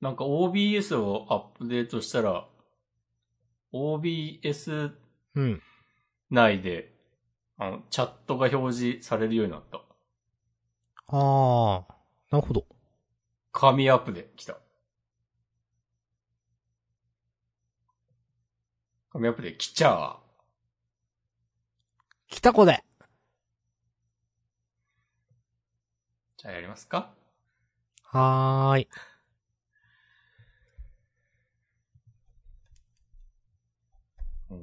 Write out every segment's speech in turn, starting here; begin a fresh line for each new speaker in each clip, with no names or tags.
なんか OBS をアップデートしたら、OBS
うん。
内で、あの、チャットが表示されるようになった。
ああ、なるほど。
神アップで来た。神アップで来ちゃー。
来たこれ
じゃあやりますか
はーい。
うん。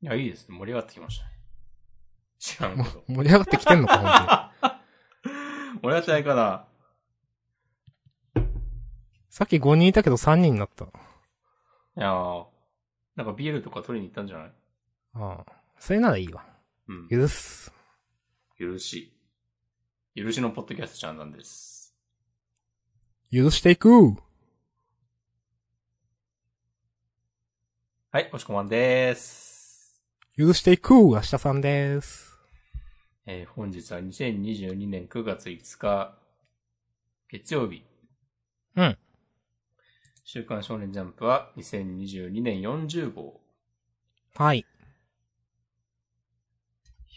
いや、いいですね。盛り上がってきましたね。知らんけ ど。
盛り上がってきてんのか、本当に。
盛り上がってないかな
さっき5人いたけど3人になった。
いやーなんかビールとか取りに行ったんじゃない
ああ。それならいいわ。
うん。
許す。
許し。許しのポッドキャストちゃんなんです。
許していく
はい、おしこまんです。
許していく明日さんです。
えー本日は2022年9月5日、月曜日。
うん。
週刊少年ジャンプは2022年40号。
はい。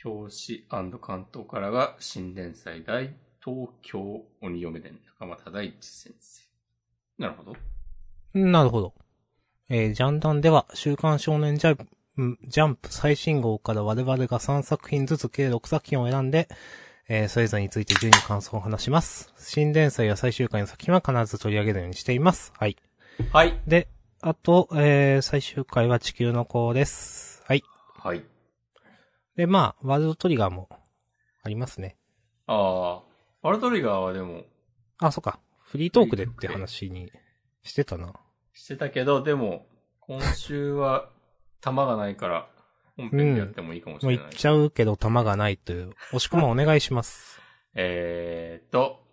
表紙関東からが新連載大東京鬼嫁伝中間忠一先生。なるほど。
なるほど。えージャンダンでは、週刊少年ジャンプ、ジャンプ最新号から我々が3作品ずつ計6作品を選んで、えーそれぞれについて順に感想を話します。新連載や最終回の作品は必ず取り上げるようにしています。はい。
はい。
で、あと、えー最終回は地球の子です。はい。
はい。
で、まあ、ワールドトリガーもありますね。
ああ、ワールドトリガーはでも、
あ、そっか。フリートークでって話にしてたな。
してたけど、でも、今週は、玉がないから、本編でやってもいいかもし
もう
れ
行
ない。
っちゃうけど弾がないという。押し込まお願いします。
えーっと、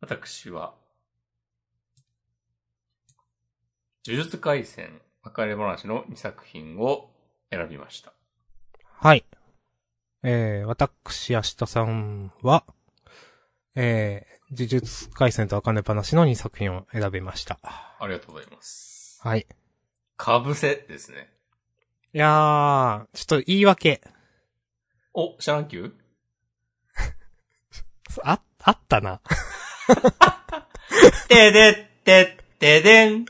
私は、呪術廻戦、別れ話の2作品を選びました。
はい。えー、私、明日さんは、えー、呪術回戦と茜話の2作品を選びました。
ありがとうございます。
はい。い
かぶせですね。
やー、ちょっと言い訳。
お、シャランキュー
あ、あったな。
てでってってでん。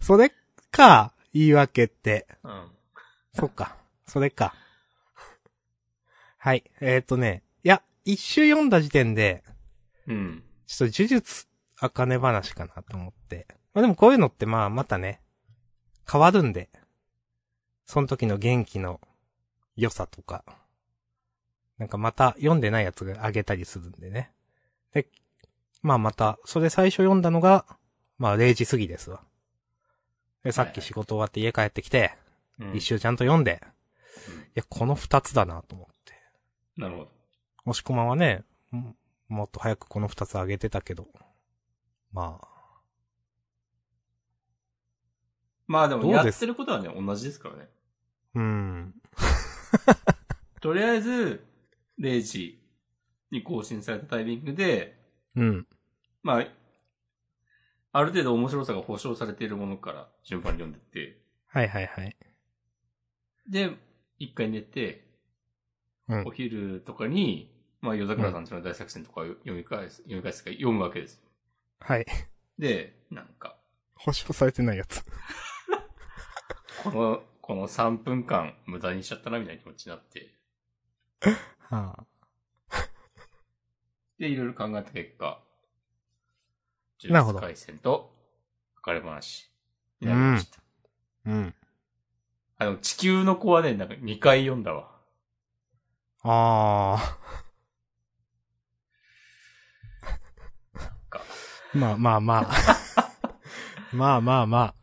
それか、言い訳って。
うん。
そっか。それか。はい。えー、とね、いや、一周読んだ時点で、
うん。
ちょっと呪術、あかね話かなと思って。まあでもこういうのってまあまたね、変わるんで。その時の元気の良さとか。なんかまた読んでないやつがあげたりするんでね。で、まあまた、それ最初読んだのが、まあ0時過ぎですわ。で、さっき仕事終わって家帰ってきて、
うん
一周ちゃんと読んで、
うん
いや、この二つだなと思って。
なるほど。
押し込まんはね、んもっと早くこの二つ上げてたけど。まあ、
まあで
ど
も、
う
や
で
っ
す
てることはね、同じですからね。
うん。
とりあえず、0時に更新されたタイミングで、
うん。
まあ、ある程度面白さが保証されているものから順番に読んでって、
はいはいはい。
で、一回寝て、
うん
お。昼とかに、まあ、夜桜さんちの大作戦とかを読み返す、読み返すか読むわけです。
はい。
で、なんか、
保証されてないやつ。
この、この3分間無駄にしちゃったなみたいな気持ちになって、
はあ。
で、いろいろ考えた結果、
なるほど
回戦と、別れ話になりました。
うん。
あの、地球の子はね、なんか2回読んだわ。
あ
か
あ。まあまあ まあ。まあまあま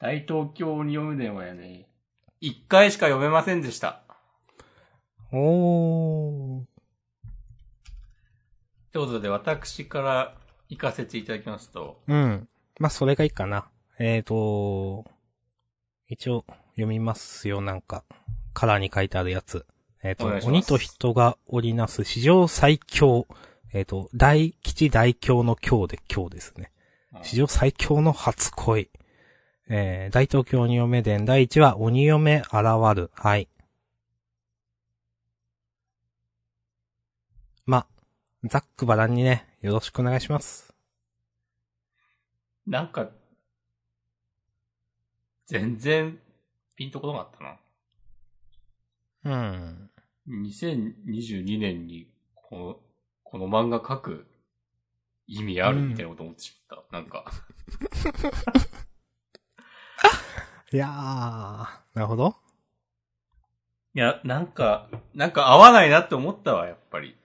大東京に読む電話やね。1回しか読めませんでした。
あ。おー。
ということで、私から行かせていただきますと、
うん。まあそれがいいかな。えーと、一応読みますよ、なんか。カラーに書いてあるやつ。えっ、
お願い
と、
しま
鬼
す
と人が織りなす史上最強、えっ、と、大吉大凶の凶で凶ですね。史上最強の初恋。えー、大東京鬼嫁伝第1話、鬼嫁現る。はい。ま、ざっくばらんにね、よろしくお願いします。
なんか、全然、ピンとこなかったな。
うん。
2022年に、この、この漫画書く意味あるみたいなこと思ってしまった。なんか、
いやー、なるほど。
いや、なんか、なんか合わないなって思ったわ、やっぱり。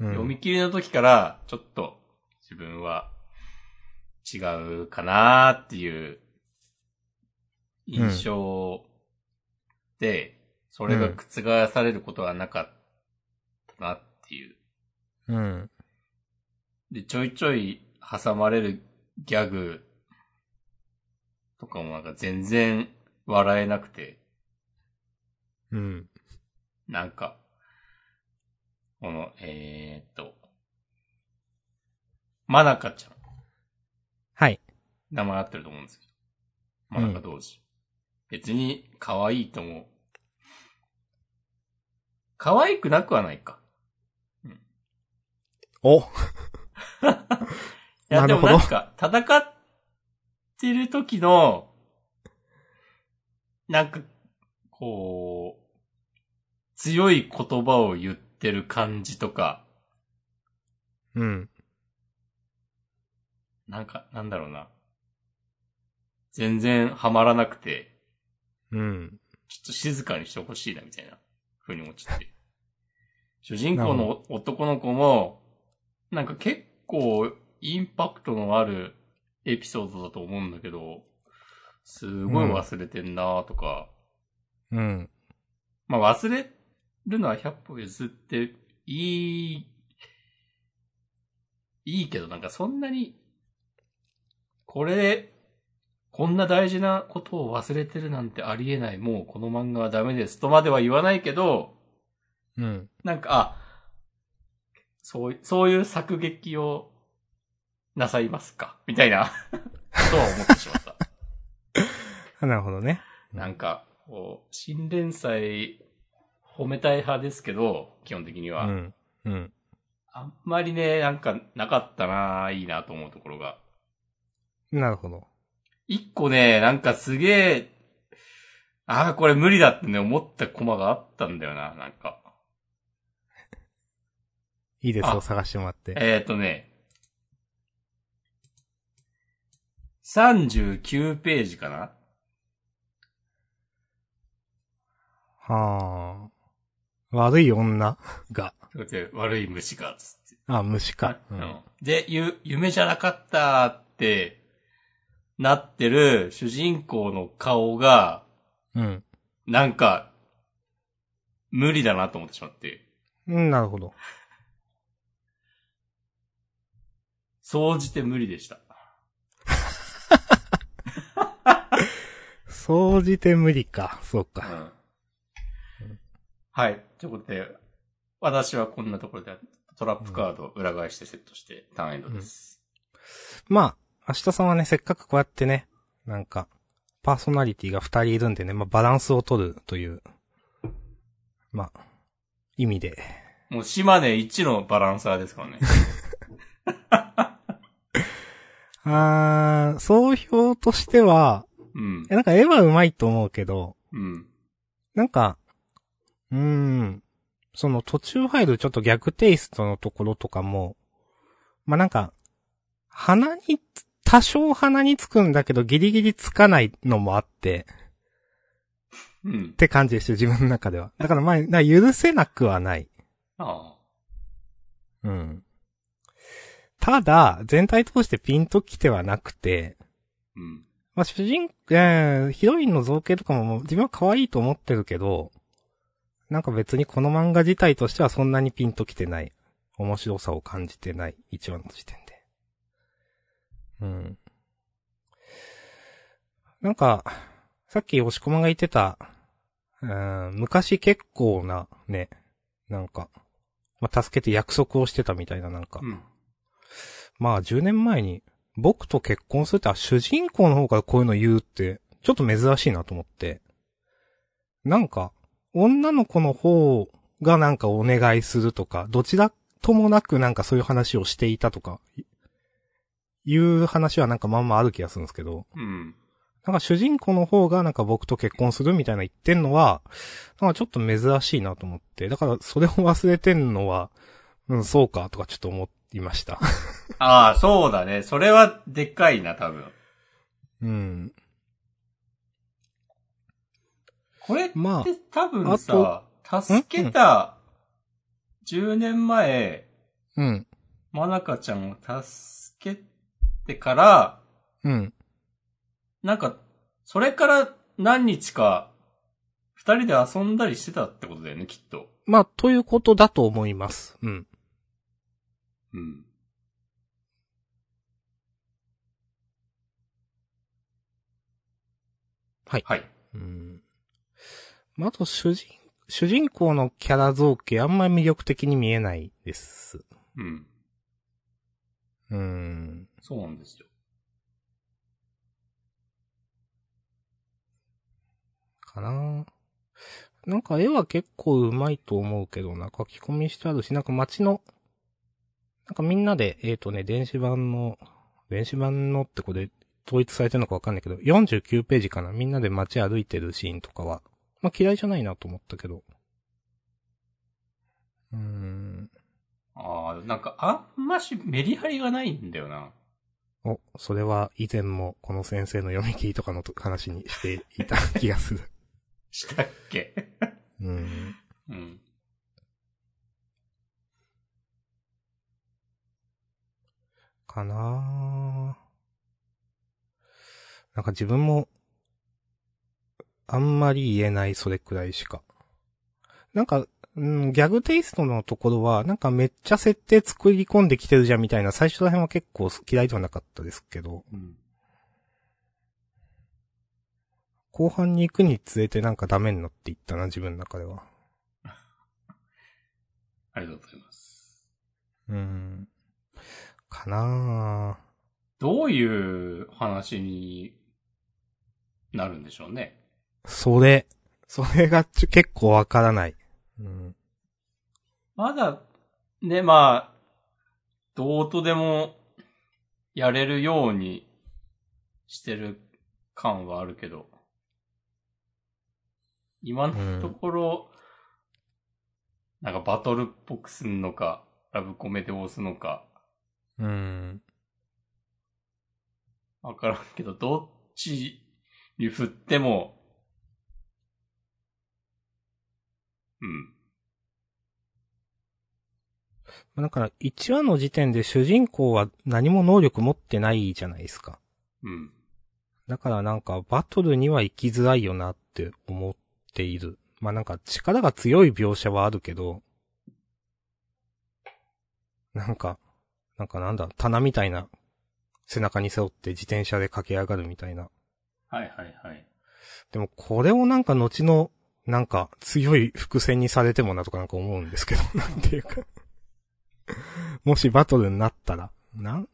うん、
読み切りの時から、ちょっと、自分は、違うかなーっていう、印象で、それが覆されることはなかったなっていう。
うん。
で、ちょいちょい挟まれるギャグとかもなんか全然笑えなくて、
うん。
なんか、この、えー、っと、まなかちゃん、
はい。
名前合ってると思うんですけど、まなか同士。別に可愛いとも、可愛くなくはないか。
お
いや、
な
でも
るほど
なんか、戦ってる時の、なんか、こう、強い言葉を言ってる感じとか、
うん。
なんか、なんだろうな。全然ハマらなくて、
うん。
ちょっと静かにしてほしいな、みたいな、ふうに思っちゃって。 主人公の男の子も、なんか結構インパクトのあるエピソードだと思うんだけど、すごい忘れてんなとか、
うん。
まあ忘れるのは100歩譲っていい、いいけどなんかそんなに、これ、こんな大事なことを忘れてるなんてありえない、もうこの漫画はダメですとまでは言わないけど、
うん。
なんか、あ、そうい、そういう作劇をなさいますかみたいな、 ことは思ってしまった。
あなるほどね。
なんか、こう、新連載褒めたい派ですけど、基本的に
う
は。
ん。うん。
あんまりね、なんかなかったなぁいいなと思うところが。
なるほど。
一個ね、なんかすげえ、ああ、これ無理だってね、思ったコマがあったんだよな、なんか。
いいです
あ
よ、探してもらって。
えっ、ー、とね、39ページかな
はあ。悪い女が、
それで悪い虫が、つって。
あ、虫か。う
うん
ん。
で、ゆ、夢じゃなかったって、なってる主人公の顔が、
うん。
なんか、無理だなと思ってしまって。
うん、なるほど。
総じて無理でした。
総じて無理か。そうか。
はい。ということで、私はこんなところで、トラップカードを裏返してセットして、ターンエンドです。
まあ、明日さんはね、せっかくこうやってね、なんか、パーソナリティが二人いるんでね、まあ、バランスを取るという、まあ、意味で。
もう島根一のバランサーですからね。
あー、総評としては、
うん
え、。なんか絵は上手いと思うけど、
うん。
なんか、うーん、その途中入るちょっと逆テイストのところとかも、まあ、なんか、鼻につ、多少鼻につくんだけどギリギリつかないのもあって、
うん
っ。て感じでして、自分の中では。だからまあ、な許せなくはない。
ああ。
うん。ただ、全体通してピンときてはなくて、
うん。
まあ、主人、えーヒロインの造形とかももう自分は可愛いと思ってるけど、なんか別にこの漫画自体としてはそんなにピンときてない。面白さを感じてない。一話の時点で。うん。なんか、さっき押し込まが言ってた、うん、昔結構な、ね、なんか、まあ、助けて約束をしてたみたいな、なんか。
うん。
まあ、10年前に、僕と結婚するって、あ、主人公の方からこういうの言うって、ちょっと珍しいなと思って。なんか、女の子の方がなんかお願いするとか、どちらともなくなんかそういう話をしていたとか、いいう話はなんかまんまある気がするんですけど、
うん。
なんか主人公の方がなんか僕と結婚するみたいな言ってんのは、なんかちょっと珍しいなと思って、だからそれを忘れてんのは、うん、そうかとかちょっと思いました。
ああ、そうだね。それはでっかいな、多分。
うん。
これって
まあ
多分さ、助けた、10年前、
うん。
まなかちゃんを助けてから、
うん。
なんか、それから何日か、二人で遊んだりしてたってことだよね、きっと。
まあ、ということだと思います。うん。
うん。
はい
はい。
うん。まあ、あと、主人、主人公のキャラ造形あんまり魅力的に見えないです。
うん。
うん。
そうなんですよ。
かななんか絵は結構うまいと思うけどな、書き込みしてあるし、なんか街の、なんかみんなで、えっ、とね、電子版の、電子版のってこれ、統一されてるのかわかんないけど、49ページかなみんなで街歩いてるシーンとかは、まあ嫌いじゃないなと思ったけど。うーん。
ああ、なんかあんましメリハリがないんだよな。
お、それは以前もこの先生の読み切りとかのと話にしていた気がする。
したっけ
うん。
うん。
かなあなんか自分も、あんまり言えないそれくらいしか。なんか、うん、ギャグテイストのところは、なんかめっちゃ設定作り込んできてるじゃんみたいな、最初ら辺は結構嫌いではなかったですけど、
うん。
後半に行くにつれてなんかダメになっていったな、自分の中では。
ありがとうございます。
うん。かなあ
どういう話になるんでしょうね。
それ、それがちょ結構わからない。うん。
まだ、ね、まあ、どうとでもやれるようにしてる感はあるけど、今のところ、なんかバトルっぽくすんのか、ラブコメで押すのか、
うん。
わからんけど、どっちに振っても、うん。
だから、1話の時点で主人公は何も能力持ってないじゃないですか。
うん。
だからなんか、バトルには行きづらいよなって思っている。まあなんか、力が強い描写はあるけど、なんか、なんかなんだ、棚みたいな、背中に背負って自転車で駆け上がるみたいな。
はいはいはい。
でも、これをなんか後の、なんか、強い伏線にされてもなとかなんか思うんですけど、 なんていうか。もしバトルになったら、なん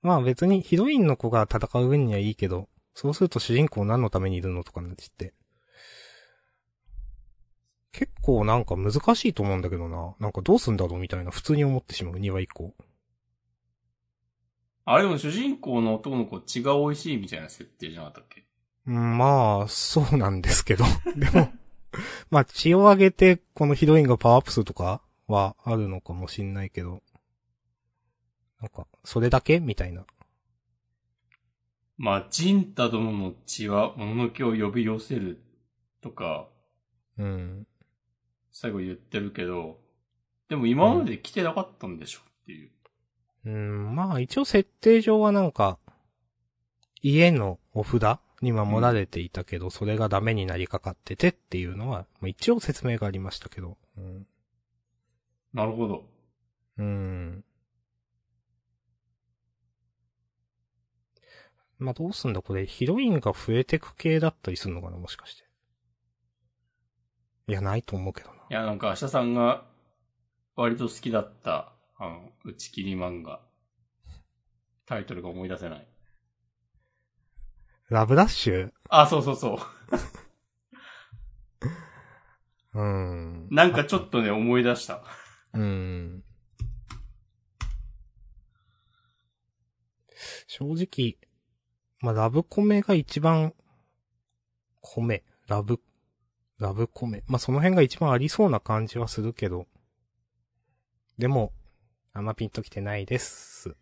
まあ別にヒロインの子が戦う分にはいいけど、そうすると主人公何のためにいるのとかなってって。結構なんか難しいと思うんだけどな。なんかどうすんだろうみたいな普通に思ってしまう、2話以降。
あれでも主人公の男の子血が美味しいみたいな設定じゃなかったっけ
うんまあ、そうなんですけど。 でも、まあ血を上げて、このヒロインがパワーアップするとかはあるのかもしんないけど。なんか、それだけみたいな。
まあ、ジンタ殿の血は物のけを呼び寄せるとか、
うん。
最後言ってるけど、でも今まで来てなかったんでしょっていう。
うん、まあ一応設定上はなんか、家のお札に守られていたけど、それがダメになりかかっててっていうのは、まあ、一応説明がありましたけど。うん。
なるほど。
うん。まあ、どうすんだこれ、ヒロインが増えてく系だったりするのかなもしかして。いや、ないと思うけどな。
いや、なんか、明日さんが、割と好きだった、あの、打ち切り漫画。タイトルが思い出せない。
ラブダッシュ
あ、そうそうそう。
うん。
なんかちょっとね、思い出した。
うん。正直、まあ、ラブコメが一番、コメ、ラブ、ラブコメ。まあ、その辺が一番ありそうな感じはするけど。でも、あんまピンときてないです。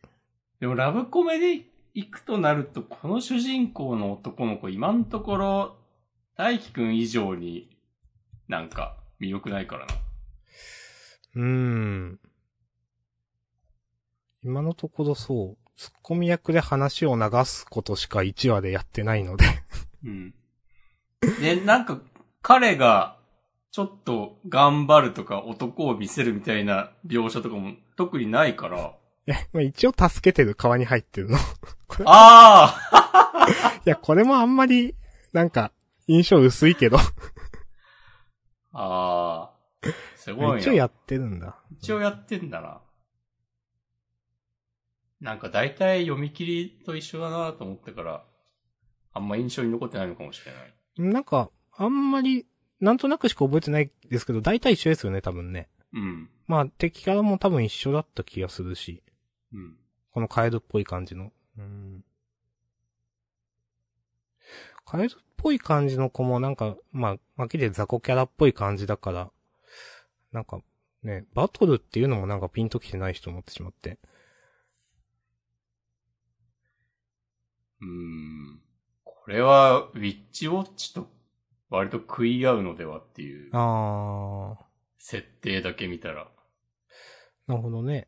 でもラブコメで行くとなると、この主人公の男の子、今のところ、大輝くん以上になんか魅力ないからな。
うーん。今のところそう、ツッコミ役で話を流すことしか1話でやってないので。
うん。で、なんか、彼が、ちょっと頑張るとか男を見せるみたいな描写とかも特にないから。
え、まあ、一応助けてる川に入ってるの。これ、い
ああ
や、これもあんまり、なんか、印象薄いけど、
ああ。すごいな。
一応やってるんだ。
一応やってんだな。なんか大体読み切りと一緒だなと思ってから、あんま印象に残ってないのかもしれない。
なんか、あんまり、なんとなくしか覚えてないですけど、大体一緒ですよね、多分ね。
うん。
まあ、敵からも多分一緒だった気がするし、
うん。
このカエルっぽい感じの。うん。カエルっぽい感じの子もなんか、まあ、まきで雑魚キャラっぽい感じだから、なんか、ね、バトルっていうのもなんかピンときてない人思ってしまって。
うーん。これは、ウィッチウォッチと割と食い合うのではっていう
あー、
設定だけ見たら。
なるほどね。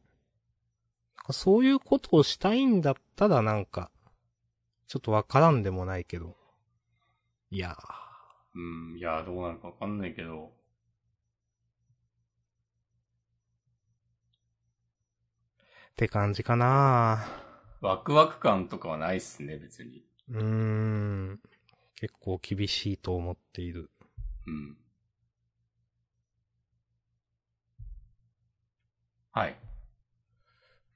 なんかそういうことをしたいんだったらなんか、ちょっとわからんでもないけど。いや
うん。いや、どうなるかわかんないけど。
ー、って感じかな
ワクワク感とかはないっすね、別に。
うーん。結構厳しいと思っている。
うん。はい。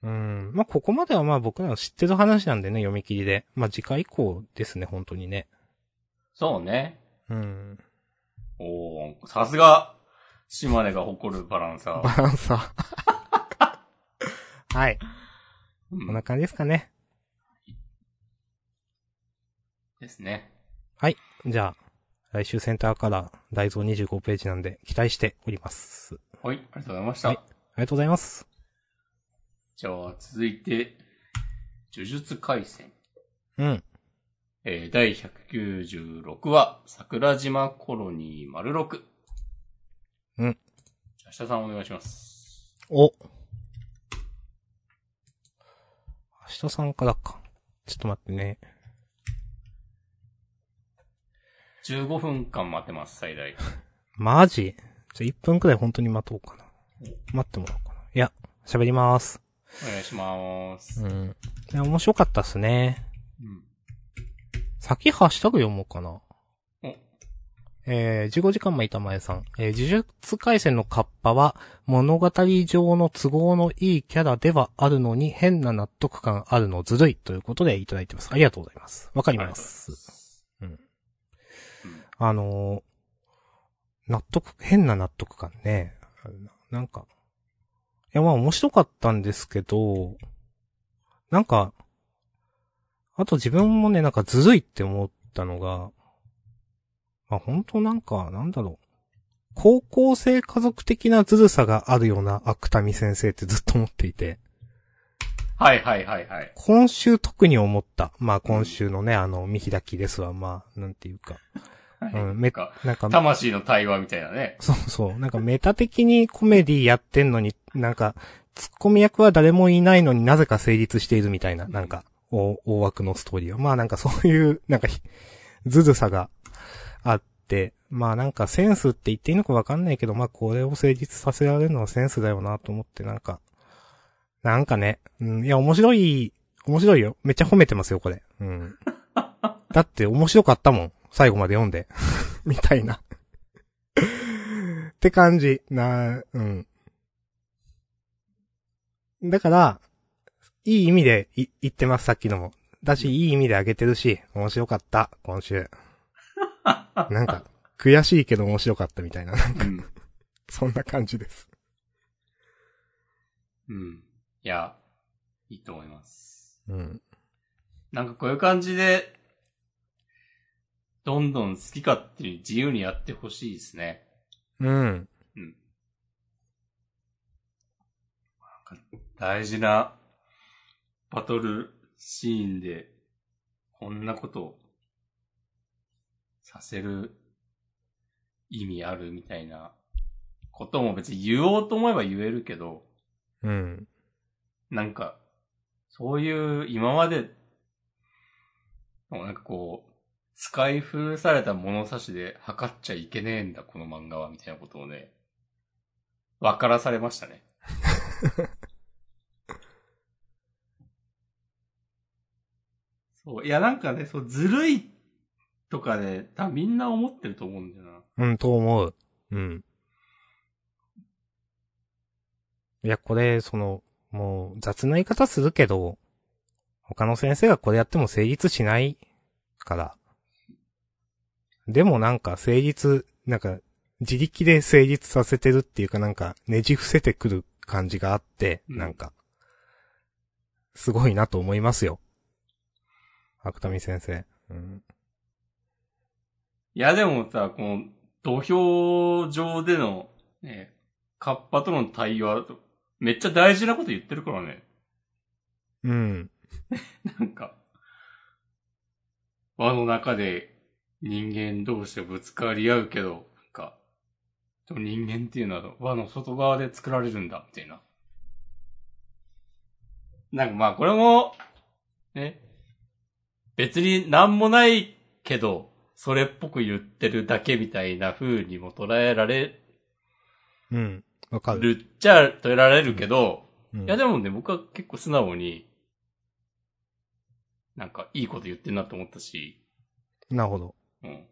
うん。まあ、ここまではまあ僕らの知ってる話なんでね、読み切りで。まあ、次回以降ですね、本当にね。
そうね。
うん。
おお、さすが、島根が誇るバランサ
バ
ー。
ランサー。 はい。
うん
こんな感じですかね。
ですね。
じゃあ、来週センターから大蔵25ページなんで期待しております。
はい、ありがとうございました。
はいありがとうございます。
じゃあ、続いて、呪術廻戦。
うん。
えー、第196話、桜島コロニー丸6。
うん。
明日さんお願いします。
お。明日さんからか。ちょっと待ってね。
15分間待てます、最大。
マジじゃあ1分くらい本当に待とうかな。待ってもらおうかな。いや、喋ります。
お願いします。
うん。いや面白かったっすね。
うん。
先ハッシュタグ読もうかな。
お
えー、15時間前板前さん。えー、呪術回戦のカッパは物語上の都合のいいキャラではあるのに変な納得感あるのずるいということでいただいてます。ありがとうございます。わかります。
ありがとうございます。
あのー納得、変な納得感ね。あるななんか、いやまあ面白かったんですけど、なんか、あと自分もね、なんかずるいって思ったのが、まあ本当なんか、なんだろう。高校生家族的なずるさがあるような芥見先生ってずっと思っていて、
うんはいはいはいはい。
今週特に思った。まあ今週のね、あの、見開きですわ。まあ、なんていうか。うん、
な
め
んか、
なんか、
魂の対話みたいな ね。
そうそう。なんかメタ的にコメディやってんのに、なんか、ツッコミ役は誰もいないのになぜか成立しているみたいな、なんか、大大枠のストーリーは。まあなんかそういう、なんかひ、ずずさがあって、まあなんかセンスって言っていいのかわかんないけど、まあこれを成立させられるのはセンスだよなと思って、なんか、なんかね、うん、いや面白い、面白いよ。めっちゃ褒めてますよ、これ。うん。だって面白かったもん。最後まで読んで。 みたいな。って感じ。な、うん。だから、いい意味でい言ってます、さっきのも。だし、いい意味で上げてるし、面白かった、今週。なんか、悔しいけど面白かったみたいな、
うん。
そんな感じです。
うん。いや、いいと思います。
うん。
なんかこういう感じで、どんどん好き勝手に自由にやってほしいですね。
うん。
うん。なんか大事なバトルシーンで、こんなことをさせる意味あるみたいなことも別に言おうと思えば言えるけど、
うん。
なんか、そういう今まで、なんかこう、使い古された物差しで測っちゃいけねえんだ、この漫画は、みたいなことをね、分からされましたね。そう、いやなんかね、そう、ずるいとかで、多分みんな思ってると思うんだよな。
うん、と思う。うん。いや、これ、その、もう、雑な言い方するけど、他の先生がこれやっても成立しないから。でもなんか成立、なんか、自力で成立させてるっていうかなんか、ねじ伏せてくる感じがあって、
うん
なんか、すごいなと思いますよ。芥見先生。うん。
いや、でもさ、この、土俵上での、ね、カッパとの対話と、めっちゃ大事なこと言ってるからね。
うん。
なんか、輪の中で人間同士でぶつかり合うけど、なんか、でも人間っていうのは輪の外側で作られるんだ、みたいな。なんかまあこれも、ね、別になんもないけど、それっぽく言ってるだけみたいな風にも捉えられ
うん。わかる。
るっちゃ捉えられるけど、
うん
いやでもね、僕は結構素直に、なんかいいこと言ってんなと思ったし、
なるほど。
うん。
い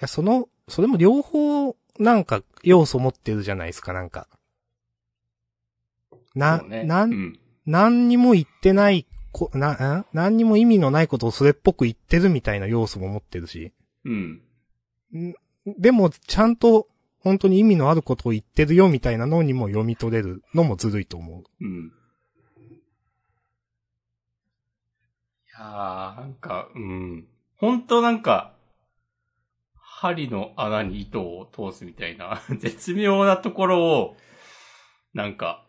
や、その、それも両方、なんか、要素持ってるじゃないですか、なんか。な、
そうね
な、
うんん。
何にも言ってない、こ、な、ん何にも意味のないことをそれっぽく言ってるみたいな要素も持ってるし。
うん。
でも、ちゃんと、本当に意味のあることを言ってるよみたいなのにも読み取れるのもずるいと思う。
うん。いやー、なんか、うん。ほんとなんか、針の穴に糸を通すみたいな、 絶妙なところを、なんか、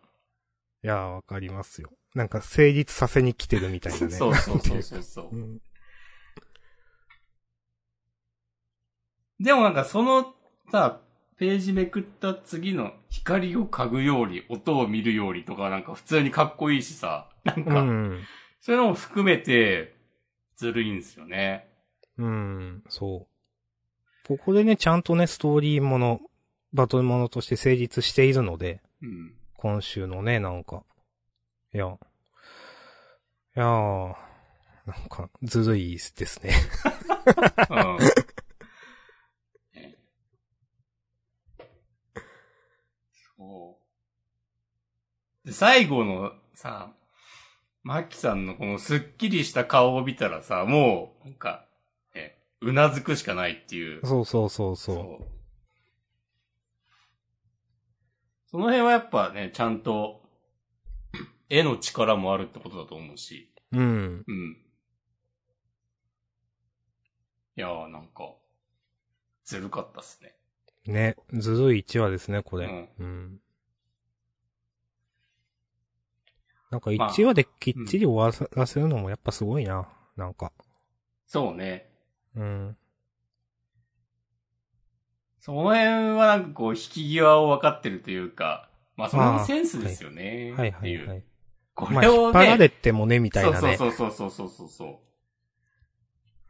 いやー、わかりますよ。なんか、成立させに来てるみたいなね。
そうそう
なんて
そ
いう
そう
う
そう
う。ん。
でもなんかそのさ、ページめくった次の光を嗅ぐように、音を見るようにとかなんか普通にかっこいいしさ、なん
う
か、
ん。
そういうのも含めてずるいんですよね。
うん、そう。ここでね、ちゃんとね、ストーリーもの、バトルものとして成立しているので、
うん。
今週のね、なんか。いや。いやー、なんか、ずるいですね。
うん。ねそう。で、最後のさ、マキさんのこのスッキリした顔を見たらさ、もう、なんか、ね、うなずくしかないっていう。。
そうそうそうそう
その辺はやっぱね、ちゃんと、 絵の力もあるってことだと思うし。
う。うん。
うん。いやーなんか、ずるかったっすね。
ね、ずるい1話ですね、これ。
うん
うん。なんか1話できっちり終わらせるのもやっぱすごいな。なんか。
そうね。
うん。
その辺はなんかこう、引き際を分かってるというか、まあそれ
あ
も
ー
センスですよね。
はい
っ
は
てい
いは
う。
い。
こ
まあ、
れ
引
を
っ張られ
ね、
てもね、みたいなね。
そうそうそうそうそうそう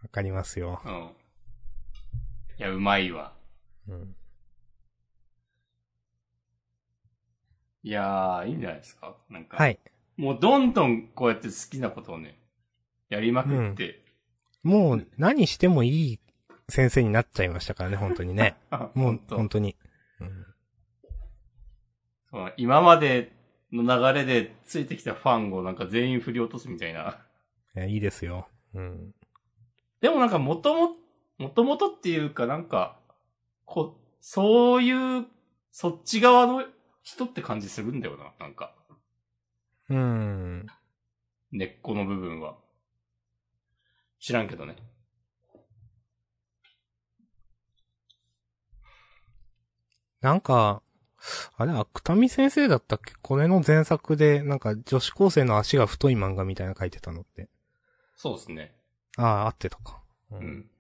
わかりますよ。
そう。うん。いや、うまいわ。
うん。
いやー、いいんじゃないですかなんか。
はい。
もうどんどんこうやって好きなことをね、やりまくって。
もう何しても いい先生になっちゃいましたからね、本当にね。
あ、
も
ほ、
うん
と
本当に。うん
まあ今までの流れでついてきたファンをなんか全員振り落とすみたいな。
いや、いいですよ。うん。
でもなんかもとも、もともとっていうかなんか、こ、そういう、そっち側の人って感じするんだよな、なんか。
うん。
根っこの部分は。知らんけどね。
なんか、あれ、芥見先生だったっけこれの前作で、なんか女子高生の足が太い漫画みたいなの書いてたのって。
そうですね。
ああ、合ってたか。う
う。ん。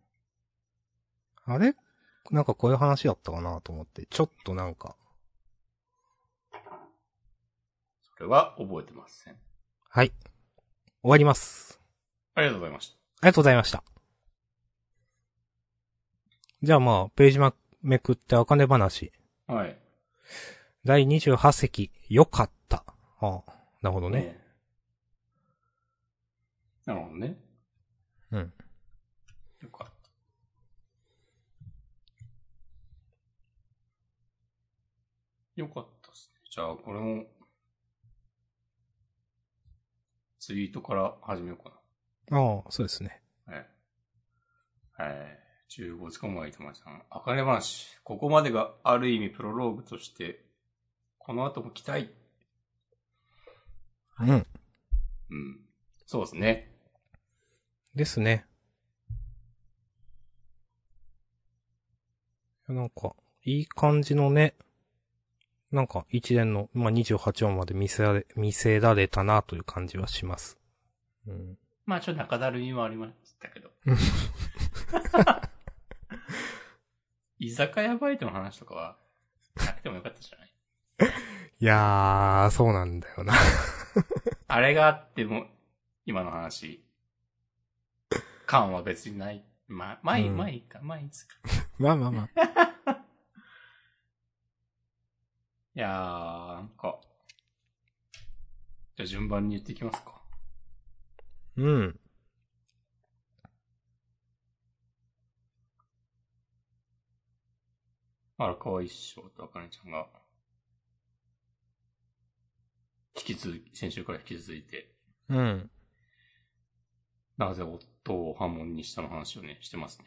あれなんかこういう話だったかなと思って、ちょっとなんか、
それは覚えてません。
はい。終わります。
ありがとうございました。
ありがとうございました。じゃあまあ、ページまめくって、あかね話。
はい。
第28席、よかった。ああ、なるほどね。
ええ。なるほどね。
うん。
よかった。よかったですね。じゃあ、これも、ツイートから始めようか
ああ、そうですね。
な。はい。えー、15時間前、まさん。あかね話。ここまでがある意味プロローグとして、この後も期待。
うん。
うん。そうですね。
ですね。いやなんか、いい感じのね、なんか一連の、まあ、28音まで見せられ、見せられたなという感じはします。うん。
まあ、ちょっと中だるみもありましたけど。居酒屋バイトの話とかは、なくてもよかったじゃない
いやー、そうなんだよな。
あれがあっても、今の話、感は別にない。ま、まあいい、
うん
まあいいか、まあいいですか。
まあまあまあ。
いやー、なんか。じゃあ順番に言っていきますか。
うん。
荒川一生とあかねちゃんが、引き続き、先週から引き続いて、
うん。
なぜ夫を破門にしたの話をね、してます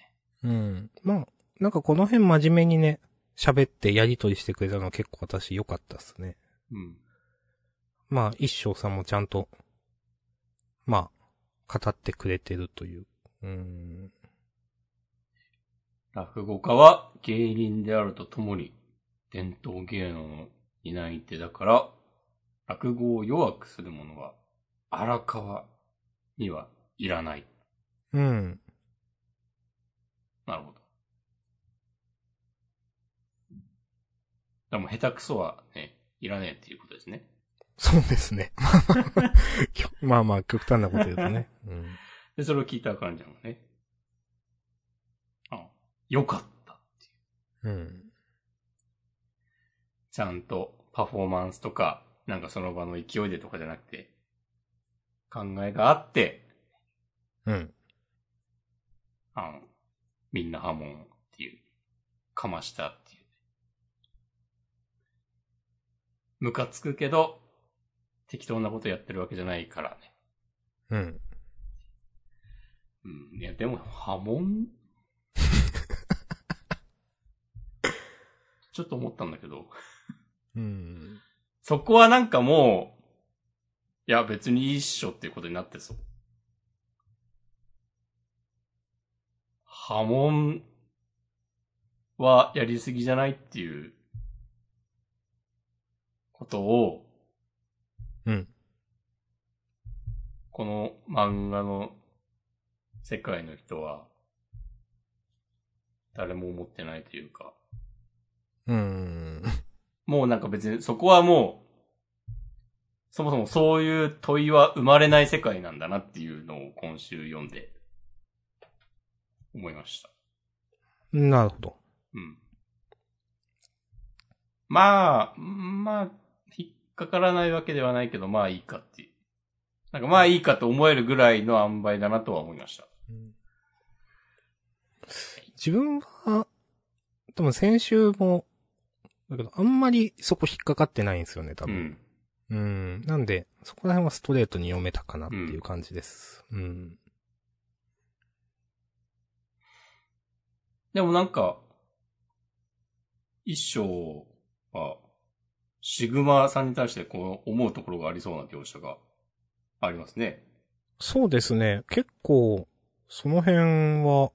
ね。
うん。まあ、なんかこの辺真面目にね、喋ってやりとりしてくれたのは結構私良かったっすね。
うん。
まあ、一生さんもちゃんと、まあ、語ってくれてるという。うん。
落語家は芸人であるとともに、伝統芸能の担い手だから、落語を弱くする者は、荒川にはいらない。
うん。
なるほど。でも、下手くそはね、いらねえっていうことですね。
そうです ね。まあまあまあ、きょまあまあ、極端なこと言うとね。うん。
で、それを聞いたあかんちゃんがね。あ、よかった。
うん。
ちゃんとパフォーマンスとか、なんかその場の勢いでとかじゃなくて、考えがあって、
うん。
あの、みんな波紋っていう、かましたっていう。ムカつくけど、適当なことやってるわけじゃないからね。
うん。
うん。いや、でも波紋ちょっと思ったんだけど、
うん。
そこはなんかもう、いや別にいいっしょっていうことになってそう。波紋はやりすぎじゃないっていうことを、
うん。
この漫画の世界の人は誰も思ってないというか、
うん。
もうなんか別にそこはもう、そもそもそういう問いは生まれない世界なんだなっていうのを今週読んで、思いました。
なるほど。
うん。まあ、まあ、引っかからないわけではないけど、まあいいかっていう。なんかまあいいかと思えるぐらいの塩梅だなとは思いました。
自分は、多分先週も、だけど、あんまりそこ引っかかってないんですよね、多
う
分。
ん。
うん。なんで、そこら辺はストレートに読めたかなっていう感じです。うん。
でもなんか、一章は、シグマさんに対してこう思うところがありそうな描写がありますね。
そうですね。結構、その辺は、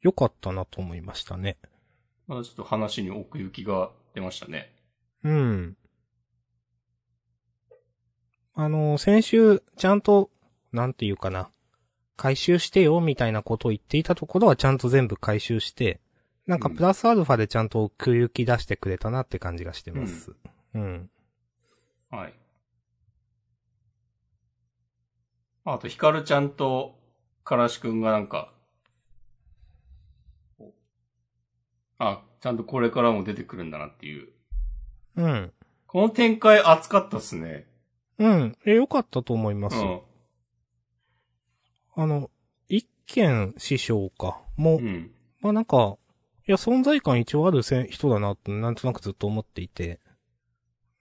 良かったなと思いましたね。
まだちょっと話に奥行きが出ましたね。
うん。あの、先週、ちゃんと、なんていうかな、回収してよ、みたいなことを言っていたところはちゃんと全部回収して、なんか
うん
プラスアルファでちゃんと奥行き出してくれたなって感じがしてます。うん。
はい。あと、ヒカルちゃんと、からしくんがなんか、あ、ちゃんとこれからも出てくるんだなっていう。
うん。
この展開熱かったっすね。
うん。え、良かったと思いま
う
す。
ん。
あの、一軒師匠か、も、
うん。
まあなんか、いや、存在感一応あるせん人だなって、なんとなくずっと思っていて、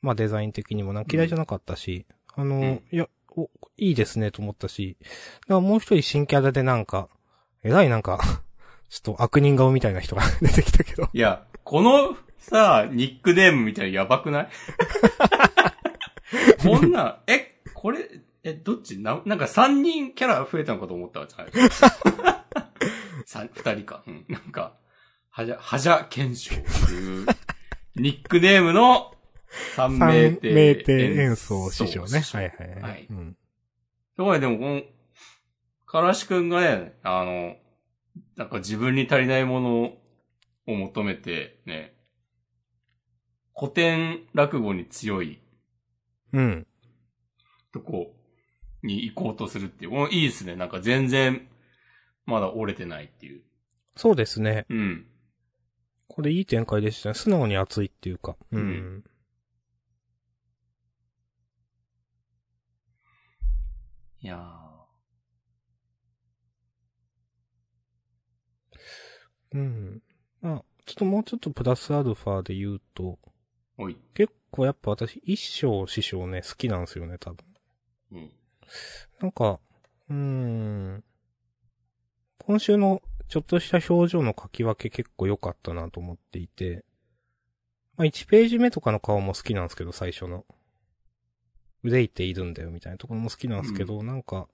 まあデザイン的にもな、嫌いじゃなかったし、あの、
ん
いや、お、いいですねと思ったし、だからもう一人新キャラでなんか、えらいなんか、 ちょっと悪人顔みたいな人が 出てきたけど。
いや、このさ、ニックネームみたいなやばく ないこんな、え、これ、え、どっちな、なんか3人キャラ増えたのかと思ったわ、じゃない 三二人か。うん。なんか、はじゃ、はじゃ検証っていう、ニックネームの三名
三
亭
名帝演奏師匠ね。はいはいは
はいい。。
うん。
すごい、でも、この、からしくんがね、あの、なんか自分に足りないものを求めて、ね、古典落語に強い
うん。
とこに行こうとするっていう、このいいですね。なんか全然、まだ折れてないっていう。
そうですね。
うん。
これいい展開でしたね。素直に熱いっていうか。う。
うんいや
うん。まあ、ちょっともうちょっとプラスアルファで言うと、
ー、おい。
結構やっぱ私、一生師匠ね、好きなんですよね、多分。
うん。
なんか、うーん。今週のちょっとした表情の書き分け結構良かったなと思っていて、まあ1ページ目とかの顔も好きなんですけど、最初の。憂いているんだよみたいなところも好きなんですけど、なんか、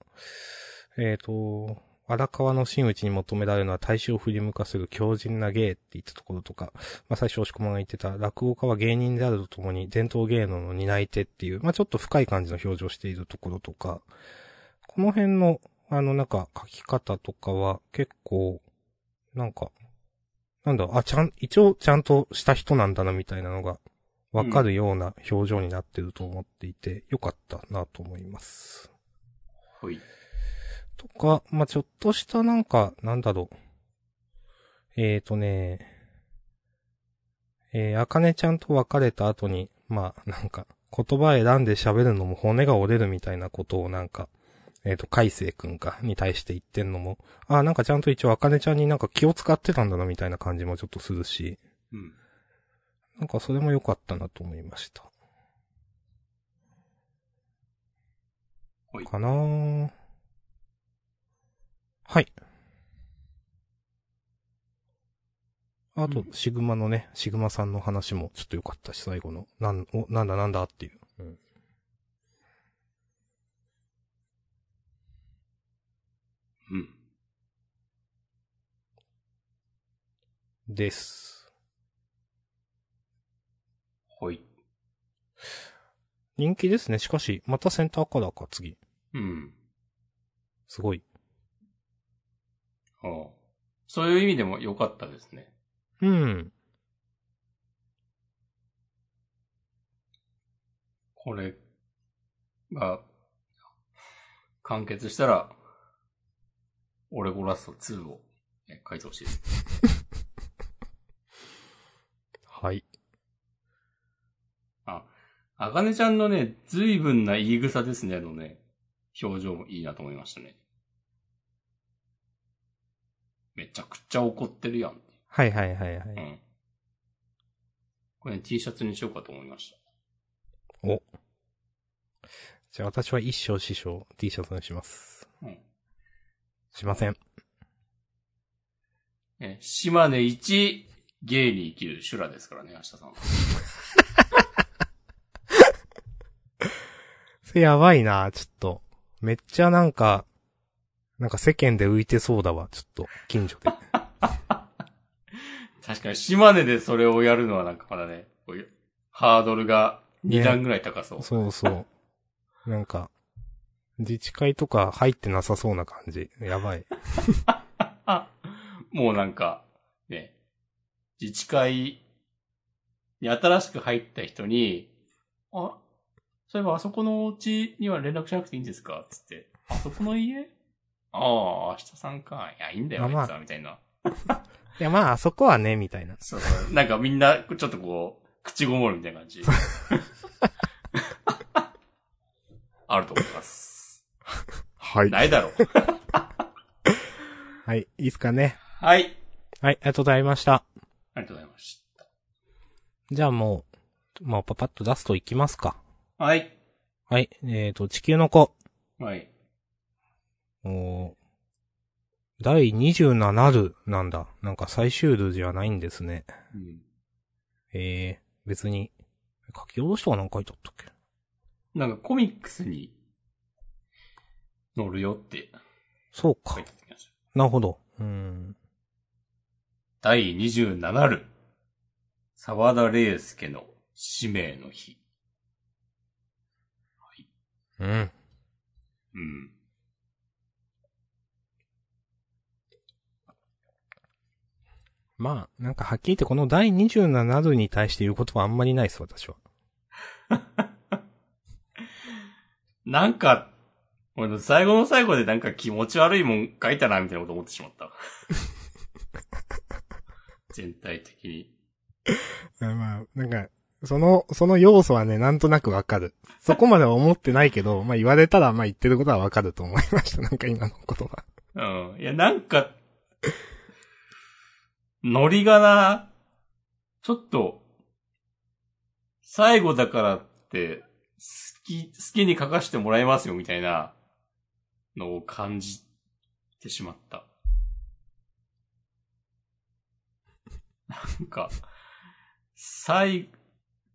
えっ、と、荒川の真打ちに求められるのは大衆を振り向かせる強靭な芸って言ったところとか、まあ最初押し込まが言ってた落語家は芸人であるとともに伝統芸能の担い手っていう、まあちょっと深い感じの表情をしているところとか、この辺の、あの、なんか、書き方とかは、結構、なんか、なんだ、あ、ちゃん、一応、ちゃんとした人なんだな、みたいなのが、わかるような表情になってると思っていて、よかったな、と思います。
おい。
とか、まあ、ちょっとした、なんか、なんだろう。えーとね、えー、あかねちゃんと別れた後に、まあ、なんか、言葉選んで喋るのも骨が折れるみたいなことをなんか、えっ、と、海星くんか、に対して言ってんのも、ああ、なんかちゃんと一応、あかねちゃんになんか気を使ってたんだな、みたいな感じもちょっとするし、
うん。
なんかそれも良かったなと思いました。
はい
かなーはい。あと
う、ん
シグマのね、シグマさんの話もちょっと良かったし、最後の、なん、お、なんだなんだっていう。
うん。
です。
ほい。
人気ですね。しかし、またセンターカラーか、次。
うん。
すごい。
ああそういう意味でも良かったですね。
うん。
これが、完結したら、オレゴラスト2をね書いてほしいです。
はい。
あ、あかねちゃんのね、随分な言い草ですね、のね、表情もいいなと思いましたね。めちゃくちゃ怒ってるやん。
はいはいはいはい。
うん。これ、ね、T シャツにしようかと思いました。
お。じゃあ私は一生師匠 T シャツにします。
うん。
しません。
え、島根一、芸に生きる修羅ですからね、明日さんは。
それやばいな、ちょっと。めっちゃなんか、なんか世間で浮いてそうだわ、ちょっと、近所で。
確かに島根でそれをやるのはなんかまだね、こういうハードルが2段ぐらい高そう。
そうそう。なんか、自治会とか入ってなさそうな感じ。やばい。
あ、もうなんか、ね、自治会に新しく入った人に、あ、そういえばあそこのお家には連絡しなくていいんですかつって。あそこの家ああ、明日さんか。いや、いいんだよ、
ま
あ
あ
いつ
まあ
は、みたいな。
いや、まあ、あそこはね、みたいな。
そうそう。なんかみんな、ちょっとこう、口ごもるみたいな感じ。あると思います。
は
ないだろう。
はい、いいっすかね。
はい。
はい、ありがとうございました。
ありがとうございまし
じゃあもう、もうパパッと出すといきますか。
た。はい。
はい、えーと、地球の子。
はい。
おー第27るなんだ。なんか最終るじゃないんですね。
うん
えー、別に、書き下ろしとかなんか書いてあったっけ
なんかコミックスに乗るよって
そう
書
か
い。てありました。
なるほど。うん。
第27る沢田玲介の使命の日。
うん。
うん。
まあ、なんかはっきり言ってこの第27るに対して言うことはあんまりないです、私は。
なんか、俺の最後の最後でなんか気持ち悪いもん書いたな、みたいなこと思ってしま った。全体的に。
まあ、なんか、その、その要素はね、なんとなくわかる。 そこまでは思ってないけど、まあ言われたら、まあ言ってることはわかると思いました。なん か今の言葉。
うん。いや、なんか、ノリがな、ちょっと、最後だからって、好き、好きに書かせてもらいますよ、みたいなのを感じてしまった。なんか、最、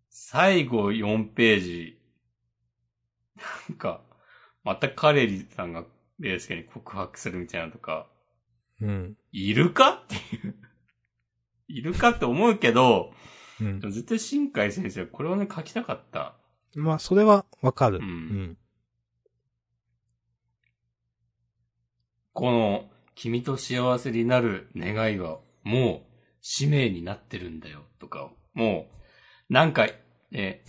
最後4ページ、なんか、またカレリさんが、レイスケに告白するみたいなのとか、
うん。
いるかっていう。いるかって思うけど、
うん
で。も絶対新海先生はこれをね、書きたかった。
まあ、それはわかる。
う
うんん。
この、君と幸せになる願いは、もう、使命になってるんだよ、とか、もう、なんか、ね、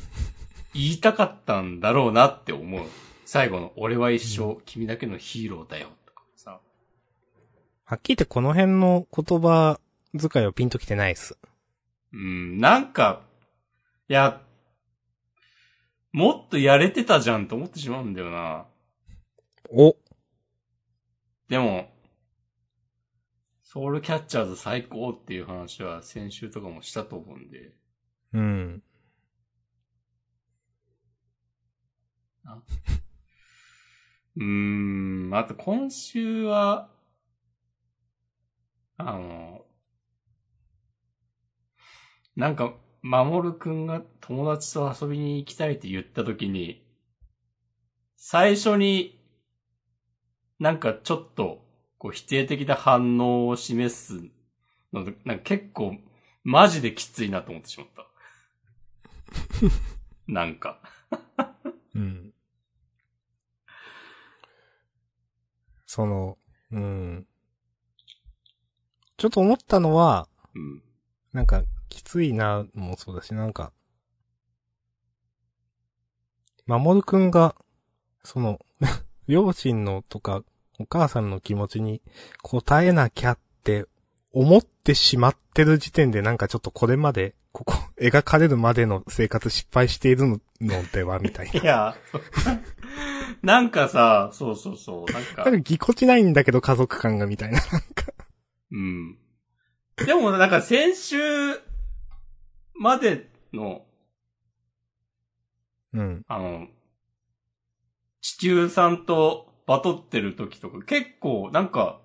言いたかったんだろうなって思う。最後の、俺は一生、君だけのヒーローだよ、とかさ。
はっきり言ってこの辺の言葉遣いはピンときてないっす。
うん、なんか、いや、もっとやれてたじゃんと思ってしまうんだよな。
お
でも、ソウルキャッチャーズ最高っていう話は先週とかもしたと思うんで、
うん。
うーん、あと今週は、あの、なんか、守くんが友達と遊びに行きたいって言った時に、最初に、なんかちょっと、こう否定的な反応を示すので、なんか結構、マジできついなと思ってしまった。なんか。
うん。その、うん。ちょっと思ったのは、
うん。
なんか、きついな、もそうだし、なんか、まもるくんが、その、 両親のとか、お母さんの気持ちに応えなきゃって思ってしまってる時点でなんかちょっとこれまで、ここ、描かれるまでの生活失敗しているのでは、みたい
い
な。
や、そうなんかさ、そうそうそう、なんか
なんか、ぎこちないんだけど家族感がみたいな。
うん。でも、なんか先週までの、
うん。
あの、地球さんとバトってる時とか、結構なんか、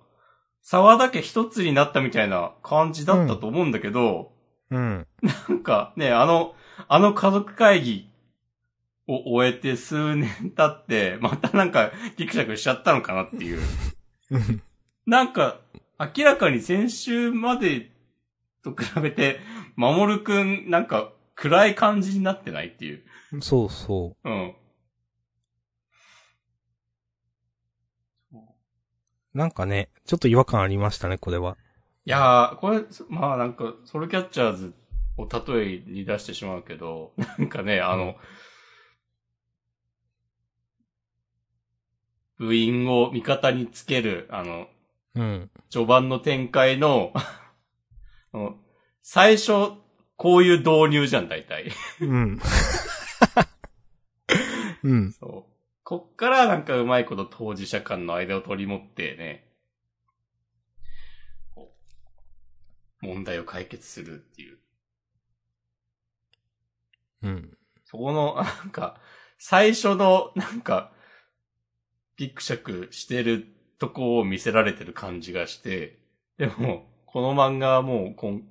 沢だけ一つになったみたいな感じだったと思うんだけど、
うん。
なんかね、あの、あの家族会議を終えて数年経って、またなんかギクシャクしちゃったのかなっていう。
うん
なんか、明らかに先週までと比べて、守るくん、なんか、暗い感じになってないっていう。
そうそ
うん。
う。なんかね、ちょっと違和感ありましたね、これは。
いやー、これ、そまあなんか、ソルキャッチャーズを例えに出してしまうけど、 なんかね、あの、部員を味方につける、あの、
うん。
序盤の展開の、 あの最初、こういう導入じゃん、大体。
うん。うん。
そう。こっからなんかうまいこと当事者間の間を取り持ってね、こう問題を解決するっていう。
うん。
そこの、 なんか、最初の、なんか、ギクシャクしてるとこを見せられてる感じがして、でも、この漫画はもうこん、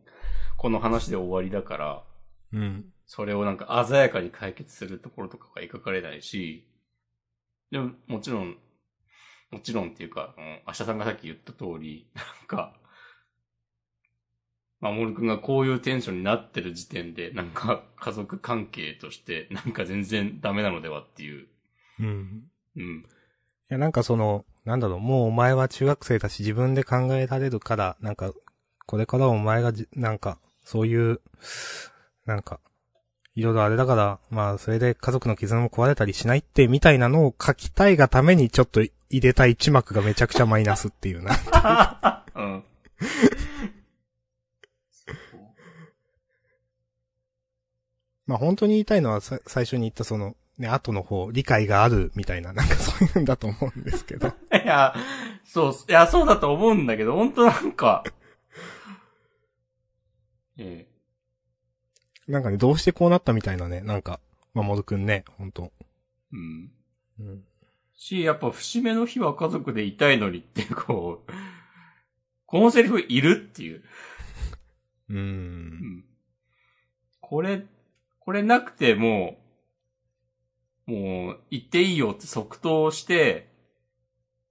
この話で終わりだから、
うん。
それをなんか鮮やかに解決するところとかが描かれないし、でも、もちろん、もちろんっていうか、うん、明日さんがさっき言った通り、なんか、まもるくんがこういうテンションになってる時点で、なんか家族関係として、なんか全然ダメなのではっていう。
うん。
うん。
いや、なんかその、なんだろう、もうお前は中学生だし自分で考えられるから、なんか、これからお前がじ、なんか、そういう、なんか、いろいろあれだから、まあ、それで家族の絆も壊れたりしないって、みたいなのを書きたいがためにちょっと入れた一幕がめちゃくちゃマイナスっていうな。
うん。
まあ本当に言いたいのはさ最初に言ったその、ね、後の方、理解があるみたいな、なんかそういうんだと思うんですけど。
いや、そう、いや、そうだと思うんだけど、本当なんか、ええ
なんかね、どうしてこうなったみたいなね、なんか、まもるくんね、本当
うん。
うん。
し、やっぱ節目の日は家族でいたいのにって、 こう、このセリフいるっていう。
うー。
うんんこれ、これなくてもう、もう、行っていいよって即答して、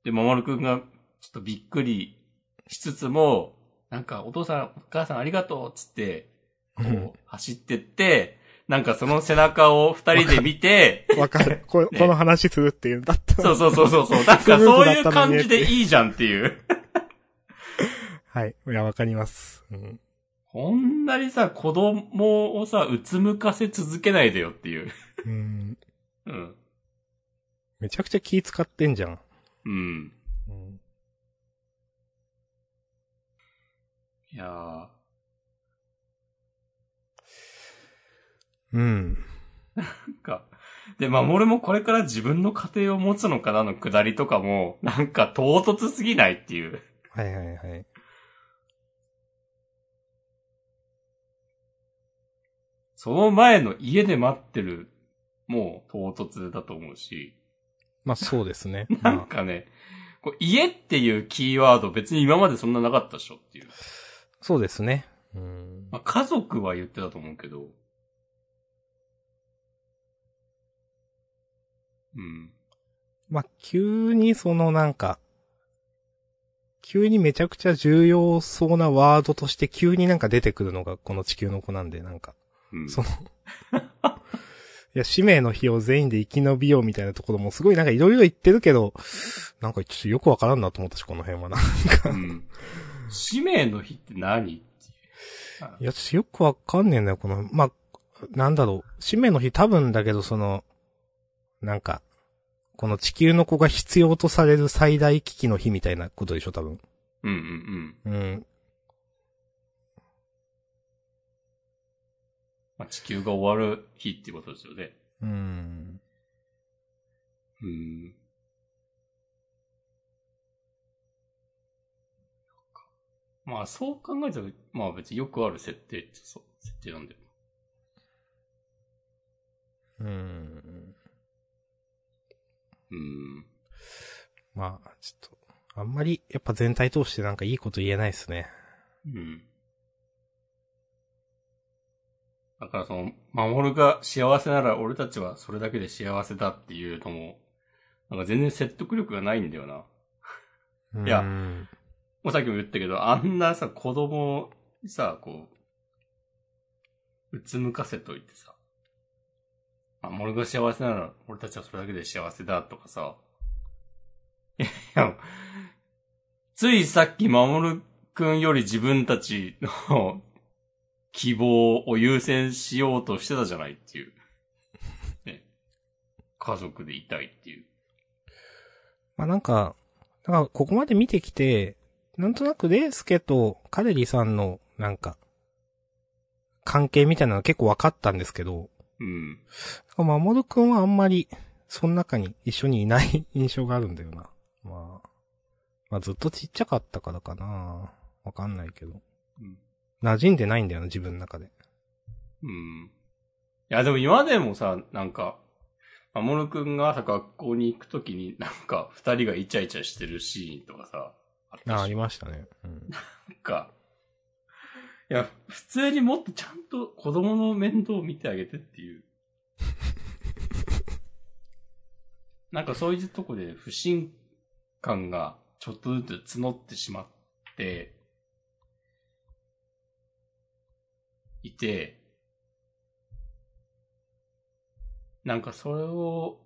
で、まもるくんがちょっとびっくりしつつも、なんか、お父さん、お母さんありがとうっつって、こ
うん
う、走ってって、なんかその背中を二人で見て、
わか る。ここの話するっていうんだったら
そうそうそうそうそう、なんかそういう感じでいいじゃんっていう。
はい。いや、わかります。うん。
こんなにさ、子供をさ、うつむかせ続けないでよっていう。
うん。
うん。
めちゃくちゃ気使ってんじゃん。
うん。
うん。
いやー
うん。
なんか。で、まあ、俺もこれから自分の家庭を持つのかなのくだりとかも、なんか唐突すぎないっていう。
はいはいはい。
その前の家で待ってる、もう唐突だと思うし。
まあそうです ね。
なん
まあ
かね、こう家っていうキーワード別に今までそんななかったでしょっていう。
そうですね。うん。
まあ、家族は言ってたと思うけど。うん。
まあ急にそのなんか、急にめちゃくちゃ重要そうなワードとして急になんか出てくるのがこの地球の子なんで、なんか。
うん。
その、いや、使命の日を全員で生き延びようみたいなところもすごいなんかいろいろ言ってるけど、なんかちょっとよくわからんなと思ったし、この辺はな。
うん。使命の日って何って
いや、私よくわかんねえんだよ、この、まあ、なんだろう。使命の日多分だけど、その、なんか、この地球の子が必要とされる最大危機の日みたいなことでしょ、多分。
うんうんうん。
うん。
まあ、地球が終わる日っていうことですよね。
うん。
うん。まあそう考えたら、まあ別によくある設定ってそう、設定なんだよ。
うん。
うん。
まあ、ちょっと、あんまり、やっぱ全体通してなんかいいこと言えないですね。
うん。だからその、守るが幸せなら俺たちはそれだけで幸せだっていうのも、なんか全然説得力がないんだよな。いや
うん
もうさっきも言ったけど、あんなさ、子供にさ、こう、うつむかせといてさ、守るが幸せなら俺たちはそれだけで幸せだとかさ、いや、ついさっき守るくんより自分たちの 希望を優先しようとしてたじゃないっていう。ね、家族でいたいっていう。
まあなんか、なんかここまで見てきて、なんとなくレイスケとカレリさんの、なんか、関係みたいなの結構分かったんですけど、
うん。
まもるくんはあんまり、その中に一緒にいない印象があるんだよな。まあ、まあずっとちっちゃかったからかな。わかんないけど。
うん
馴染んでないんだよな、自分の中で。
うん。いや、でも今でもさ、なんか、まもるくんが朝学校に行くときになんか二人がイチャイチャしてるシーンとかさ、あったし
あ、ありましたね。うん。
なんか、いや、普通にもっとちゃんと子供の面倒を見てあげてっていう。なんかそういうとこで不信感がちょっとずつ募ってしまって、いて、なんかそれを、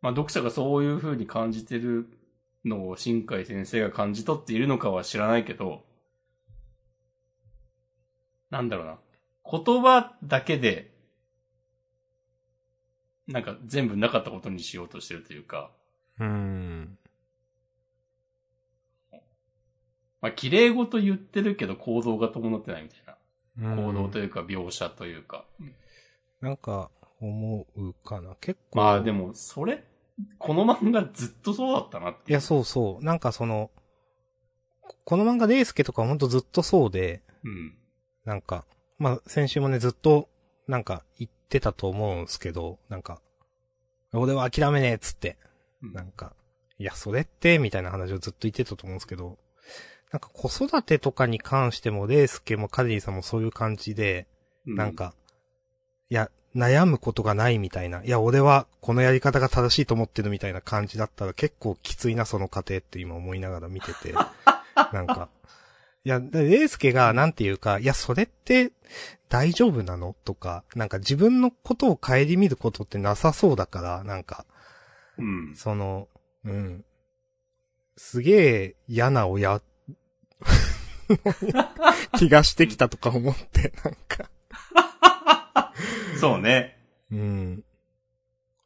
まあ読者がそういう風に感じてるのを新海先生が感じ取っているのかは知らないけど、なんだろうな。言葉だけで、なんか全部なかったことにしようとしてるというか、
うん。
まあ、綺麗事言ってるけど行動が伴ってないみたいな。行動と
うん
いうか描写というか。
なんか、思うかな。結構。
まあでも、それ、この漫画ずっとそうだったなって。
いや、そうそう。なんかその、ここの漫画、レイスケとかほんとずっとそうで、
うん。
なんか、まあ、先週もね、ずっと、なんか、言ってたと思うんすけど、なんか、俺は諦めねえっつって、
うん。
なんか、いや、それって、みたいな話をずっと言ってたと思うんですけど、なんか子育てとかに関しても、レイスケもカリーさんもそういう感じで、
う
なん。か、いや、悩むことがないみたいな、いや、俺はこのやり方が正しいと思ってるみたいな感じだったら結構きついな、その過程って今思いながら見てて、なんか、いや、でレイスケがなんていうか、いや、それって大丈夫なのとか、なんか自分のことを顧みることってなさそうだから、なんか、
うん。
その、うん。すげえ嫌な親、気がしてきたとか思って、なんか。
そうね。
うん。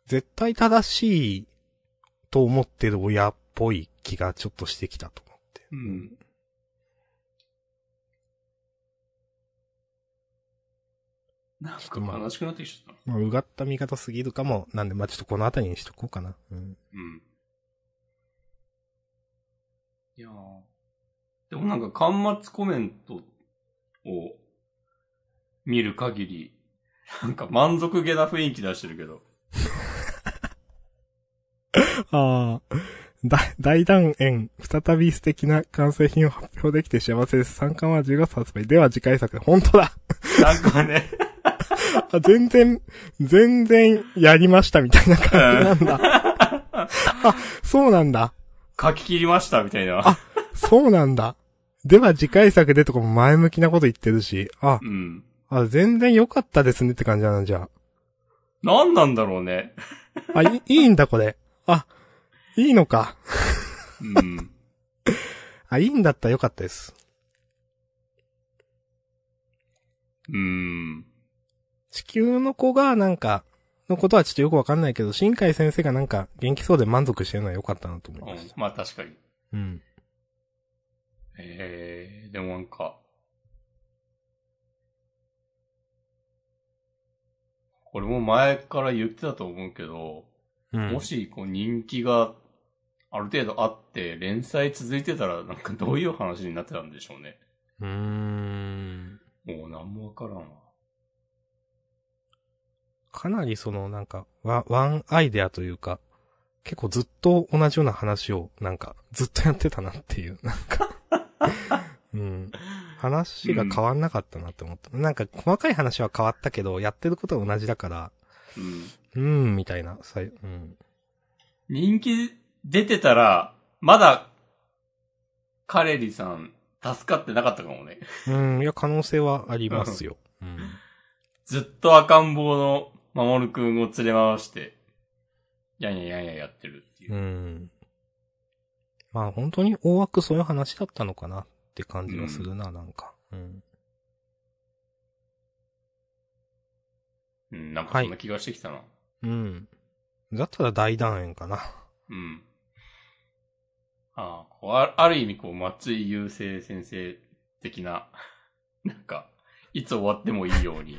絶対正しいと思ってる親っぽい気がちょっとしてきたと思って。
うん。なん
ちょっと
か
まあ
悲しくなってきちゃったな。
まあ、うがった見方すぎるかも、なんで、まあちょっとこのあたりにしとこうかな。うん。
うん。いやーでもなんか、端末コメントを見る限り、なんか満足げな雰囲気出してるけど。
ああ。だ、大断円、再び素敵な完成品を発表できて幸せです。三巻は10月発売。では次回作で、本当だ
なんかね、
あ全然、全然やりましたみたいな感じなん だ。あ、そうなんだ。
書き切りましたみたいな。
そうなんだ。では次回作でとかも前向きなこと言ってるし、あ、
うん。
あ全然良かったですねって感じだな、じゃ
なんなんだろうね。
あ。あ、いいいいんだ、これ。あ、いいのか。
うん。
あ、いいんだったら良かったです。
うん。
地球の子がなんか、のことはちょっとよくわかんないけど、新海先生がなんか元気そうで満足してるのは良かったなと思
う
いま
ん
した。
まあ確かに。
うん。
えー、でもなんか、これも前から言ってたと思うけど、
うん。
もしこう人気がある程度あって、連載続いてたらなんかどういう話になってたんでしょうね。
うーん。
もうなんもわからんわ。
かなりそのなんかワ、ワンアイデアというか、結構ずっと同じような話をなんかずっとやってたなっていう、 なんかうん。話が変わんなかったなって思った。なんか細かい話は変わったけど、やってることは同じだから、
うん。
うん、みたいな、さいうん。
人気出てたら、まだ、カレリさん、助かってなかったかもね。
うん、いや、可能性はありますよ。うん。
ずっと赤ん坊の守くんを連れ回して、やんややんややってるっていうう。
ん。まあ本当に大枠そういう話だったのかなって感じがするな、なんか。うん。
うん、なんかそんな気がしてきたな。
うん。だったら大団円かな。
うん。ああ、こうあある意味こう、松井優生先生的な、 なんか、いつ終わってもいいように、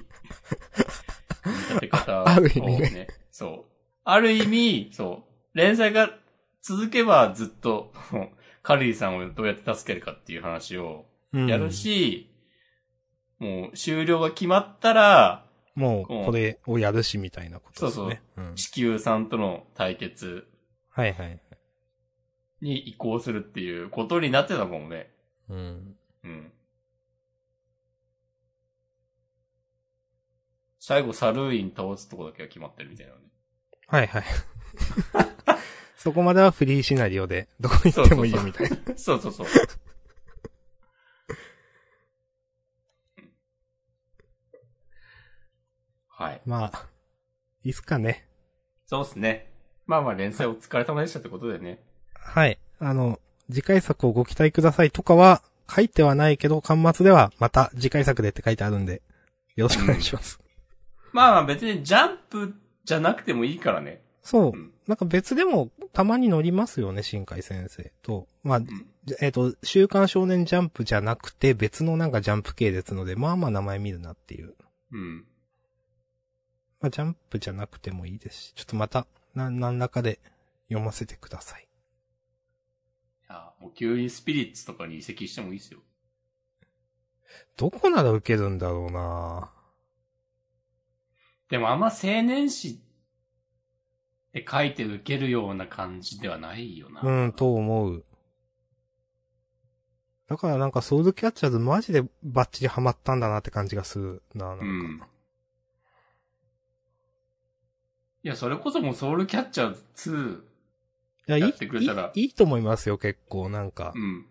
見立て方を、
あある意味ね。
そう。ある意味、そう。連載が続けばずっと、 カルリーさんをどうやって助けるかっていう話を
うん。
やる。し、もう終了が決まったら、
もう、これをやるし、みたいなことですね。うん。
地球さんとの対決
はいはい。
に移行するっていうことになってたもんね。
うん。
うん。最後、サルーイン倒すとこだけは決まってるみたい なね。
はいはい。 そこまではフリーシナリオで、どこ行ってもいいよ、みたいな。
そうそうそう。はい。
まあ、いいっすかね。
そうっすね。まあまあ、連載お疲れ様でしたってことでね。
はい。あの、次回作をご期待くださいとかは、書いてはないけど、端末ではまた次回作でって書いてあるんで、よろしくお願いします。
まあまあ、別にジャンプじゃなくてもいいからね。
そう
うん。
なんか別でも、たまに載りますよね、新海先生と。まあ、
ん
じゃえっ、と、週刊少年ジャンプじゃなくて、別のなんかジャンプ系列ので、まあまあ名前見るなっていう。
うん。
まあ、ジャンプじゃなくてもいいですし、ちょっとまた、な、何らかで読ませてください。
いや、もう急にスピリッツとかに移籍してもいいですよ。
どこなら受けるんだろうな
でもあんま青年誌って書いて受けるような感じではないよな。
うん、と思う。だからなんかソウルキャッチャーズマジでバッチリハマったんだなって感じがするな、なんか。
うんいや、それこそもうソウルキャッチャーズ
いや、いい
やってくれたら
いい、いいと思いますよ、結構。なんか
2。、うん。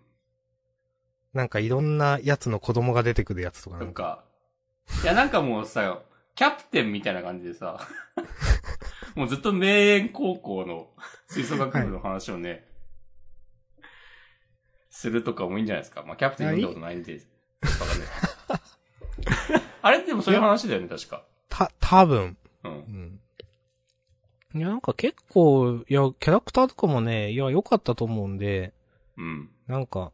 なんかいろんなやつの子供が出てくるやつとかな
と
んか。
か。いや、なんかもうさ、キャプテンみたいな感じでさ、もうずっと名園高校の吹奏楽部の話をね、するとかもいいんじゃないですか。まあ、キャプテン読んだことないんで、わかんないあれでもそういう話だよね、確か。
た、多分。
う。
うんん。いや、なんか結構、いや、キャラクターとかもね、いや、良かったと思うんで、
うん。
なんか、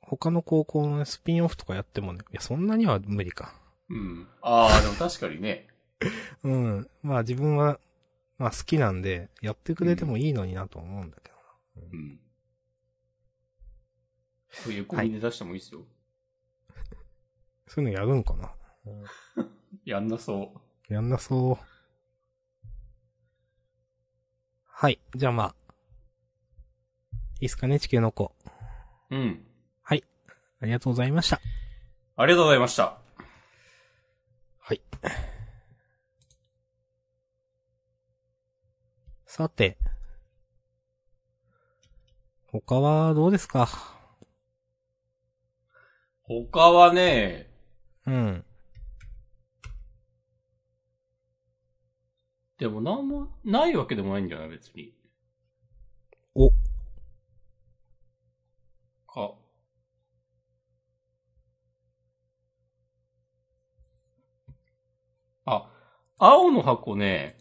他の高校のね、スピンオフとかやってもね、いや、そんなには無理か。
うん。ああ、でも確かにね。
うん。まあ自分は、まあ好きなんで、やってくれてもいいのになと思うんだけど。
うん。そういうコンビニ出してもいいですよ。
そういうのやるんかな
やんなそう。
やんなそう。はい。じゃあまあ。いいっすかね、地球の子。
うん。
ありがとうございました。
ありがとうございました。
はい。さて。他はどうですか
他はね、
うん。
でもなんもないわけでもないんだよな、別に。
お。
か。あ、青の箱ね、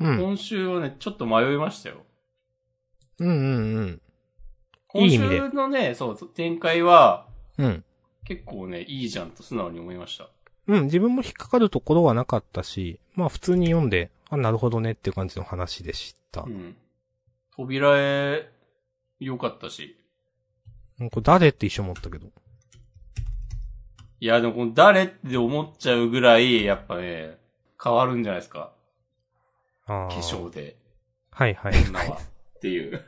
うん。
今週はね、ちょっと迷いましたよ。
うんうんうん。
今
いい意味で
週のね、そう、展開は、
うん。
結構ね、いいじゃんと素直に思いました。
うん、自分も引っかかるところはなかったし、まあ普通に読んで、あ、なるほどねっていう感じの話でした
う。ん。扉絵、良かったし。
うん、これ誰って一緒思ったけど。
いや、でもこの誰って思っちゃうぐらい、やっぱね、変わるんじゃないですか。
ああ。
化。粧で、
はいはい。
女は。っていう。い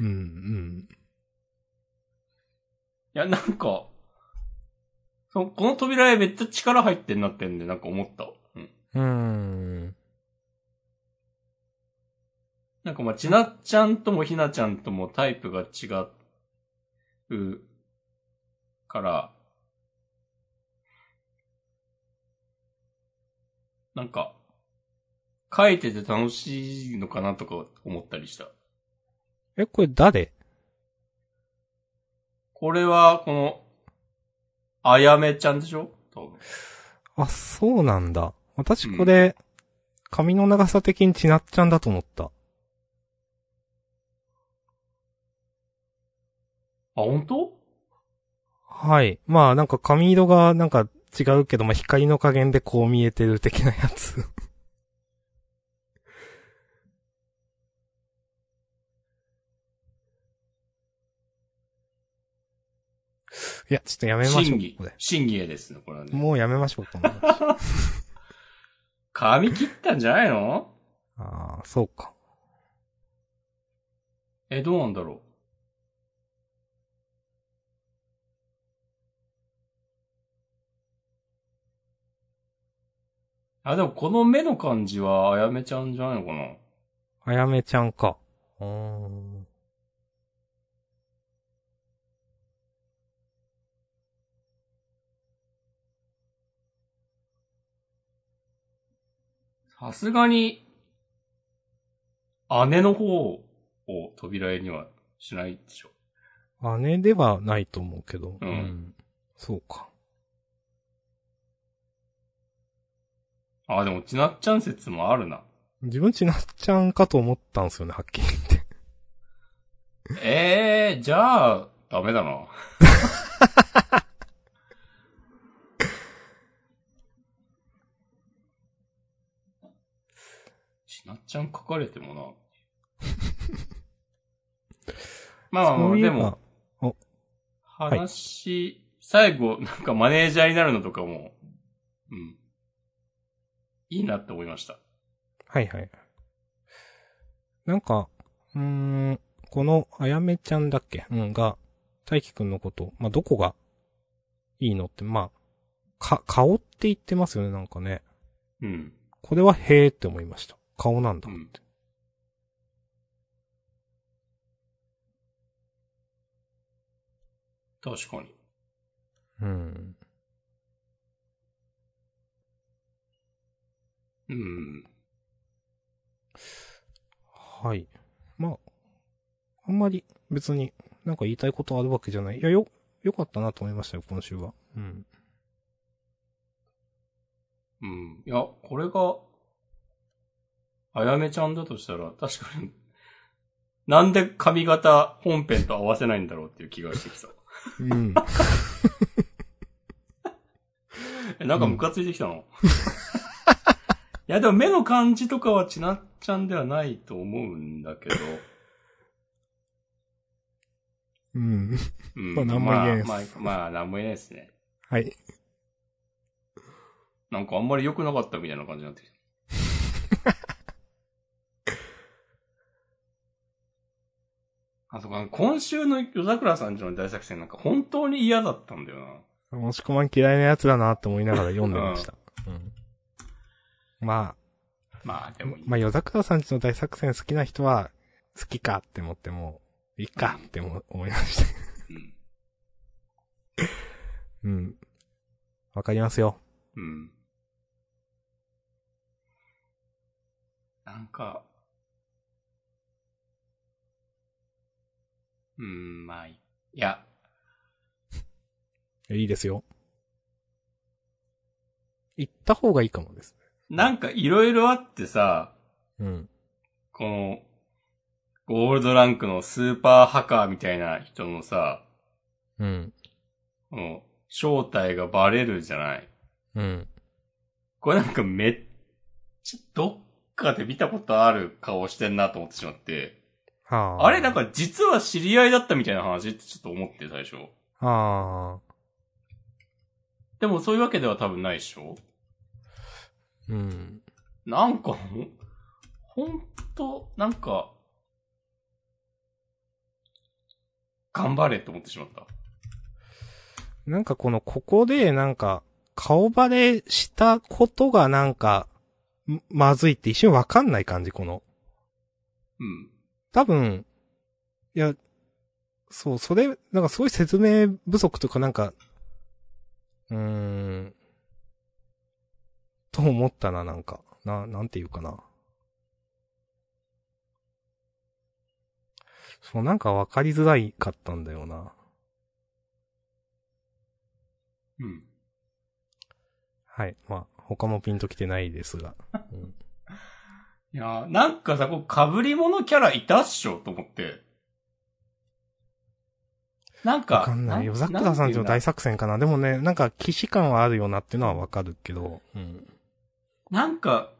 うんうん。
や、なんか、そこの扉へめっちゃ力入ってんなってんで、なんか思った。うん。
うーん。
なんかまあ、ちなっちゃんともひなちゃんともタイプが違うから、なんか、書いてて楽しいのかなとか思ったりした。
え、これ誰
これは、この、あやめちゃんでしょ多分。
あ、そうなんだ。私これ、髪の長さ的にちなっちゃんだと思った。
あ、本当
はい。まあなんか髪色がなんか違うけど、まあ光の加減でこう見えてる的なやつ。 いや、ちょっとやめましょ
審
う
議。
これ。
審議へですね、これはね。
もうやめましょう、この話。
髪切ったんじゃないの
ああ、そうか。
え、どうなんだろう。あ、でもこの目の感じはあやめちゃんじゃないのかな
あやめちゃんか。うーん。
さすがに、姉の方を扉絵にはしないでしょ。
姉ではないと思うけど。
うん
そうか。
あ、でもちなっちゃん説もあるな。
自分ちなっちゃんかと思ったんですよね、はっきり言って。
ええー、じゃあ、ダメだ な。しなっちゃん書かれてもな。まあまあま
そ
あ、
ういえ
で
ば
も、
い
話、最後、なんかマネージャーになるのとかも、うん。いいなって思いました。
はいはい。なんか、うーん、この、あやめちゃんだっけうん、が、大輝くんのこと、まあ、どこが、いいのって、まあ、か、顔って言ってますよね、なんかね。
うん。
これは、へえって思いました。顔なんだ。
うん確かに。
うん。
うん。
はい。まあ、あんまり、別に、なんか言いたいことあるわけじゃない。いや、よ、よかったなと思いましたよ、今週は。うん。
うん。いや、これが、あやめちゃんだとしたら、確かに、なんで髪型本編と合わせないんだろうっていう気がしてきた。
うん。
え、なんかムカついてき たの、いや、でも目の感じとかはちなっちゃんではないと思うんだけど。
うん。
うん。
まあなんも言えないです
まあ、まあ、まあ、なんも言えないですね。
はい。
なんかあんまり良くなかったみたいな感じになってきた。 あ、そうか、今週の夜桜さんちの大作戦なんか本当に嫌だったんだよな。
もしこまん嫌いなやつだなって思いながら読んでました。うん。ま
まあ、で
あ
もいい、。
まあ、夜桜さんちの大作戦好きな人は、好きかって思っても、いいかっても思いました。
うん。
うん。わかりますよ。
うん。なんか、うん、まあ、いや、
いいですよ。行った方がいいかもです
なんかいろいろあってさ、
ね。うん。
この、ゴールドランクのスーパーハッカーみたいな人のさ、
うん。
この、正体がバレるじゃない。
うん。
これなんかめっちゃ、どっかで見たことある顔してんなと思ってしまって、
はあ。
あれなんか実は知り合いだったみたいな話ってちょっと思って最初。
ああ。
でもそういうわけでは多分ないでしょ
うん。
なんかほん、ほんと、なんか、頑張れって思ってしまった。
なんかこの、ここで、なんか、顔バレしたことがなんか、んまずいって一瞬わかんない感じ、この。
うん。
多分、いや、そう、それ、なんかすごい説明不足とかなんか、うーん、と思ったな、なんか。な、なんていうかな。そう、なんかわかりづらいかったんだよな。
うん。
はい。まあ、他もピンときてないですが。うん
いやーなんかさ、こう、被り物キャラいたっしょと思って。なんか、
わかんないよ。ザ
な
クラさんちの
なんて
大
い
作戦かな。でもね、なんか、騎士感はあるよなっていうのはわかるけど。うん。
うんだなんか、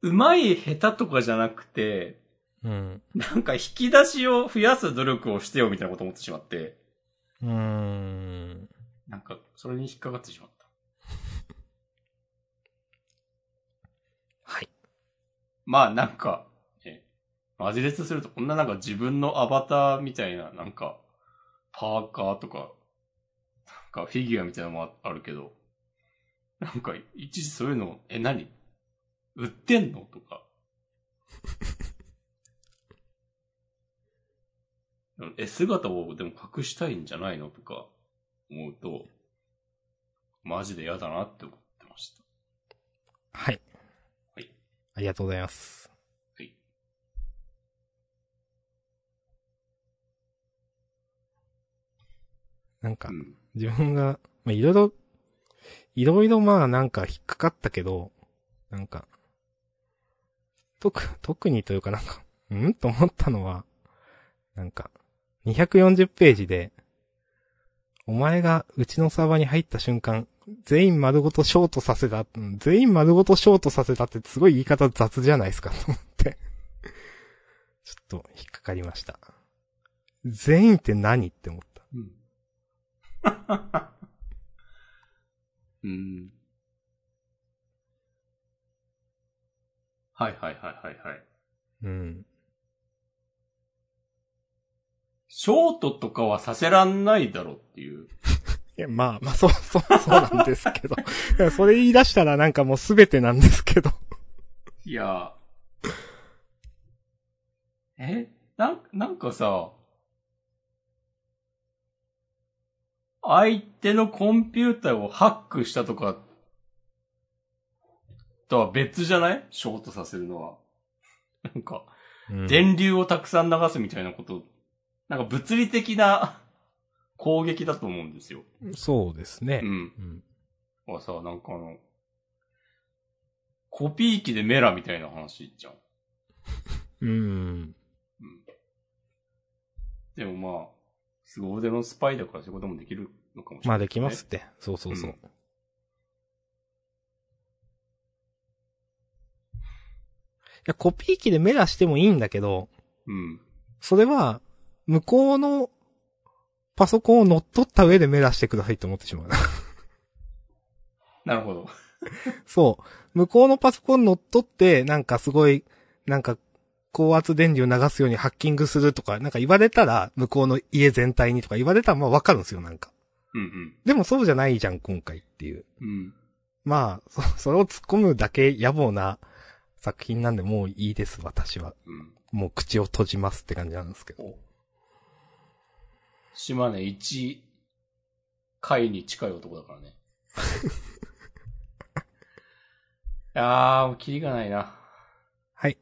うまい下手とかじゃなくて、
うん。
なんか引き出しを増やす努力をしてよみたいなこと思ってしまって、
うーん。
なんか、それに引っかかってしまった。
はい。
まあなんか、ね、マジレスするとこんななんか自分のアバターみたいな、なんか、パーカーとか、なんかフィギュアみたいなのもああるけど、なんか、いちいちそういうの、え、何売ってんのとか。 え、姿をでも隠したいんじゃないのとか、思うと、マジで嫌だなって思ってました。
はい。
はい。
ありがとうございます。
はい。
なんか
う、ん。
自分が、まあ、いろいろ、いろいろまあなんか引っかかったけど、なんか、特、特にというかなんか、うんと思ったのは、なんか、240ページで、お前がうちのサーバーに入った瞬間、全員丸ごとショートさせた、うん全員丸ごとショートさせたってすごい言い方雑じゃないですか、と思って。ちょっと引っかかりました。全員って何って思った。
うん。うん。はいはいはいはいはい。
うん。
ショートとかはさせらんないだろっていう。
いや、まあ、まあ、そう、 そう、そうなんですけど。いやそれ言い出したらなんかもうすべてなんですけど。
いやー。えなん、なんかさ、相手のコンピューターをハックしたとか、とは別じゃないショートさせるのは。なんか。電流をたくさん流すみたいなこと、なんか物理的な 攻撃だと思うんですよ。
そうですね
う。ん。
うん。
はさ、なんかあの、コピー機でメラみたいな話じゃん。
うん。
でもまあ、凄腕のスパイだからそういうこともできるのかもしれない、
まあ、できますっ。て。そうそうそう。いや、コピー機でメラしてもいいんだけど、
うん。
それは、向こうのパソコンを乗っ取った上でメラしてくださいって思ってしまう。
なるほど。
そう。向こうのパソコン乗っ取って、なんかすごい、なんか、高圧電流流すようにハッキングするとか、なんか言われたら、向こうの家全体にとか言われたら、まあわかるんですよ、なんか。
うん
でもそうじゃないじゃん、今回っていう。
うん。うん。
まあ、そ、 それを突っ込むだけ野暮な作品なんで、もういいです、私は。
うん。
もう口を閉じますって感じなんですけど。
お島根一回に近い男だから ね。いやー、もうキリがないな。
はい。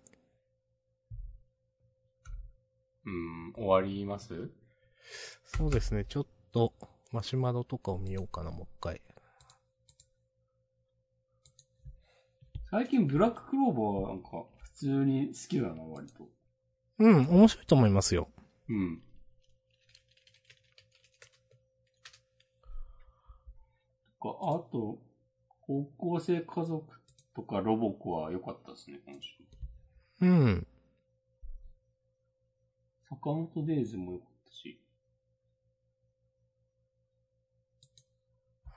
うん、終わります
そうですね、ちょっと、マシュマロとかを見ようかな、もう一回。
最近ブラッククローバーはなんか普通に好きだな、割と。
うん、面白いと思いますよ。
うん。とか、あと、高校生家族とかロボコは良かったですね、今週。
うん。
坂本デイズも良かったし。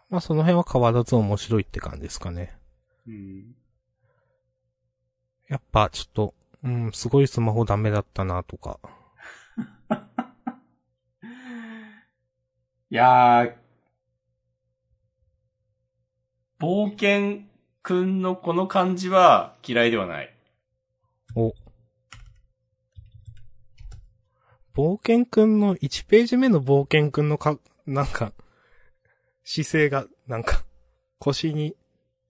まあその辺は変わらず面白いって感じですかね。
うん。
やっぱちょっと、うん、すごいスマホダメだったなとか。
いやー、冒険くんのこの感じは嫌いではない。
お。冒険くんの、1ページ目の冒険くんのか、 なんか、姿勢が、なんか、腰に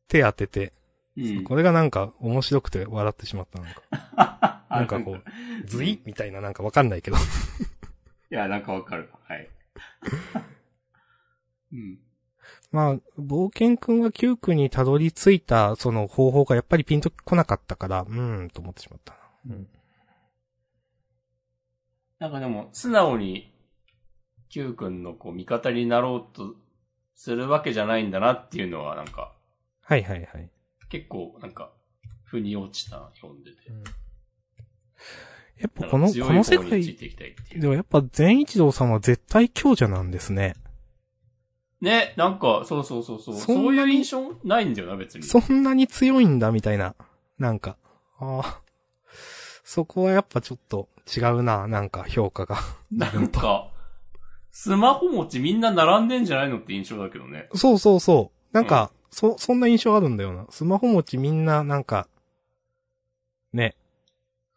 手当てて、
うん。
これがなんか面白くて笑ってしまった なんか。な
なん
かこう、ズイッみたいななんかわかんない けど。
いや、なんかわかる。はい。 うん。
まあ、冒険くんが Q 君にたどり着いた、その方法がやっぱりピンとこなかったから、うーん、と思ってしまったな。
なんかでも、素直に、Q 君のこう、味方になろうとするわけじゃないんだなっていうのは、なんか、
はいはいはい。
結構、なんか、腑に落ちた、読んでて。
やっぱ
なん
こ
か
の、こ
強い
の世
方につい
界、
ていきたいってい
で
う。
もやっぱ善一郎さんは絶対強者なんですね。
ね、なんか、そうそうそうそう。
そん
そ
なに
ういう印象ないんだよな、別に。
そんなに強いんだ、みたいな。なんか、ああ。そこはやっぱちょっと違うな、なんか評価が。
なんか、スマホ持ちみんな並んでんじゃないのって印象だけどね。
そうそうそう。なんか、そ、そんな印象あるんだよな。スマホ持ちみんな、なんか、ね。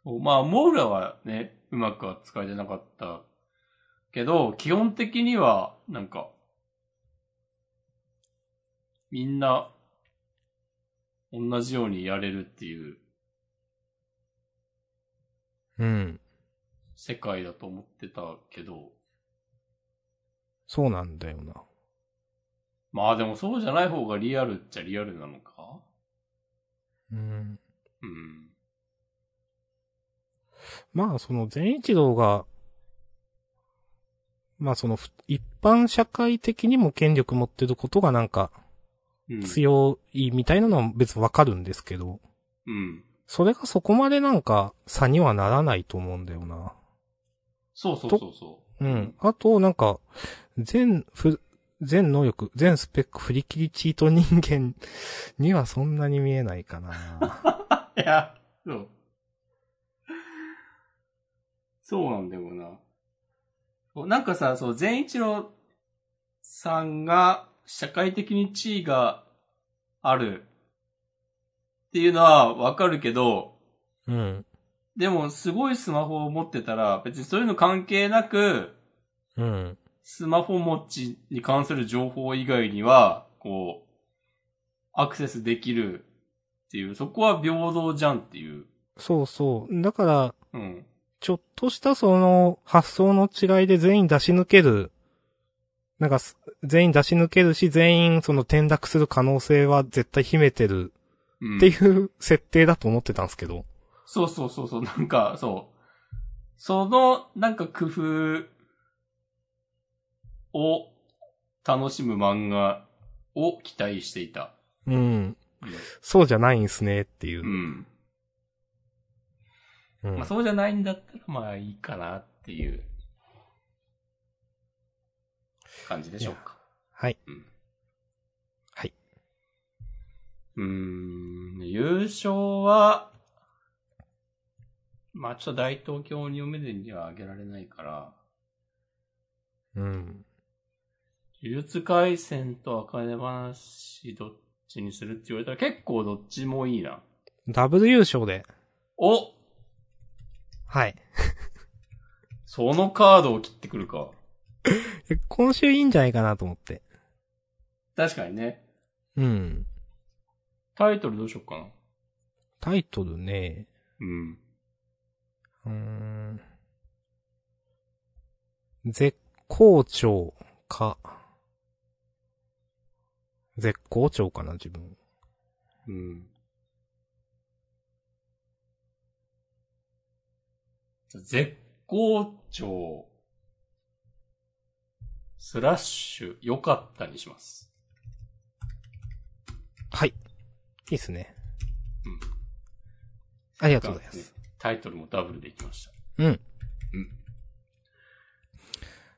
そうまあ、モーラはね、うまく扱いじゃなかったけど、基本的には、なんか、みんな、同じようにやれるっていう
うん。
世界だと思ってたけど、
そうなんだよな。
まあでもそうじゃない方がリアルっちゃリアルなのか
うん。
うん。
まあ、その善一郎が、まあそのふ、一般社会的にも権力持ってることがなんか
うん。
強いみたいなのは別にわかるんですけど、
うん。
それがそこまでなんか差にはならないと思うんだよな。
そうそうそうそうう。
ん。。あと、なんか、全、ふ、全能力、全スペック振り切りチート人間 にはそんなに見えないかな。
いや、そう。そうなんだよなそう。なんかさ、そう、善一郎さんが社会的に地位があるっていうのはわかるけど、
うん。
でもすごいスマホを持ってたら、別にそういうの関係なく、
うん。
スマホ持ちに関する情報以外には、こう、アクセスできるっていう、そこは平等じゃんっていう。
そうそう。だから、
うん。
ちょっとしたその発想の違いで全員出し抜ける、なんかす全員出し抜けるし、全員その転落する可能性は絶対秘めてる
うん、
っていう設定だと思ってたんですけど。
そうそうそうそう、なんか、そう。その、なんか工夫を楽しむ漫画を期待していた。
うん。そうじゃないんすねっていうう。
ん。
うん
まあ、そうじゃないんだったら、まあいいかなっていう感じでしょうか。
はい。
うーん、優勝は、まあちょっと大東京に目でにはあげられないから、
うん。
呪術回戦と茜話どっちにするって言われたら結構どっちもいいな。
ダブル優勝で。
お
はい。
そのカードを切ってくるか。
え今週いいんじゃないかなと思って。
確かにね。
うん。
タイトルどうしよっかな。
タイトルね。
うん。
うーん。絶好調か。絶好調かな、自分。
うん。絶好調、スラッシュ、良かったにします。
はい。いいっすね。
うん。
ありがとうございま
ね
す。
タイトルもダブルでいきました。
うん。
うん。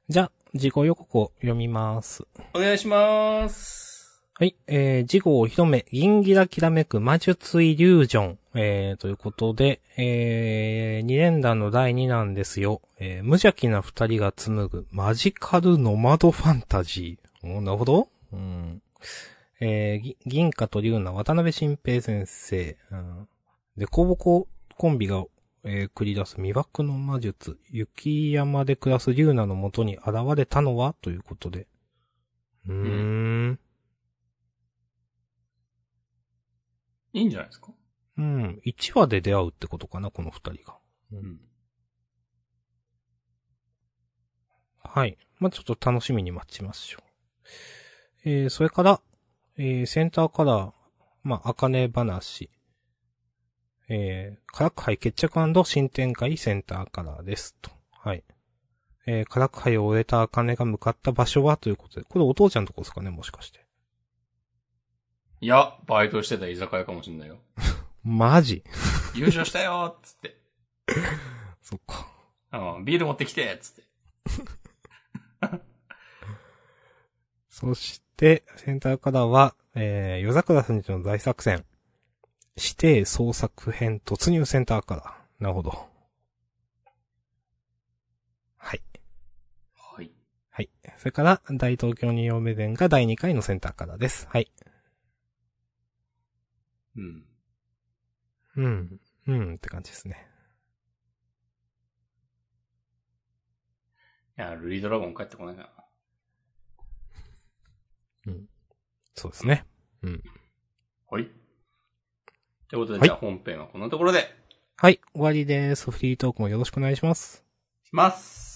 じゃあ、自己予告を読みます。
お願いします。
はい。えー、事後を一目、銀ギラきらめく魔術イリュージョン。えー、ということで、えー、二連弾の第二なんですよ。えー、無邪気な二人が紡ぐマジカルノマドファンタジー。おーなるほど。うん。えーぎ、銀貨と竜な渡辺新平先生。うん。で、公募ココンビが、えー繰り出す魅惑の魔術。雪山で暮らす竜なのもとに現れたのはということで。うーん
いいんじゃないですか
うん。1話で出会うってことかな、この二人が。
うん。
はい。まあ、ちょっと楽しみに待ちましょう。えー、それから、えー、センターカラー、まあ、あかね話。えー、カラクハイ決着新展開センターカラーです。と。はい。えー、カラクハイを終えたあかねが向かった場所はということで、これお父ちゃんのとこですかね、もしかして。
いや、バイトしてた居酒屋かもしんないよ。
マジ
優勝したよーっつって。
そっか。
うん、ビール持ってきてっつって。
そして、センターからは、えー、夜桜さんちの大作戦。指定捜索編突入センターから。なるほど。はい。
はい。
はい。それから、大東京に嫁伝が第2回のセンターからです。はい。
うん。
うん。うん、って感じですね。
いや、ルリドラゴン帰ってこないかな。
そうですね。
はい。ということで、
はい
じゃあ本編はこんなところで、
はい、終わりです。フリートークもよろしくお願いします。
します。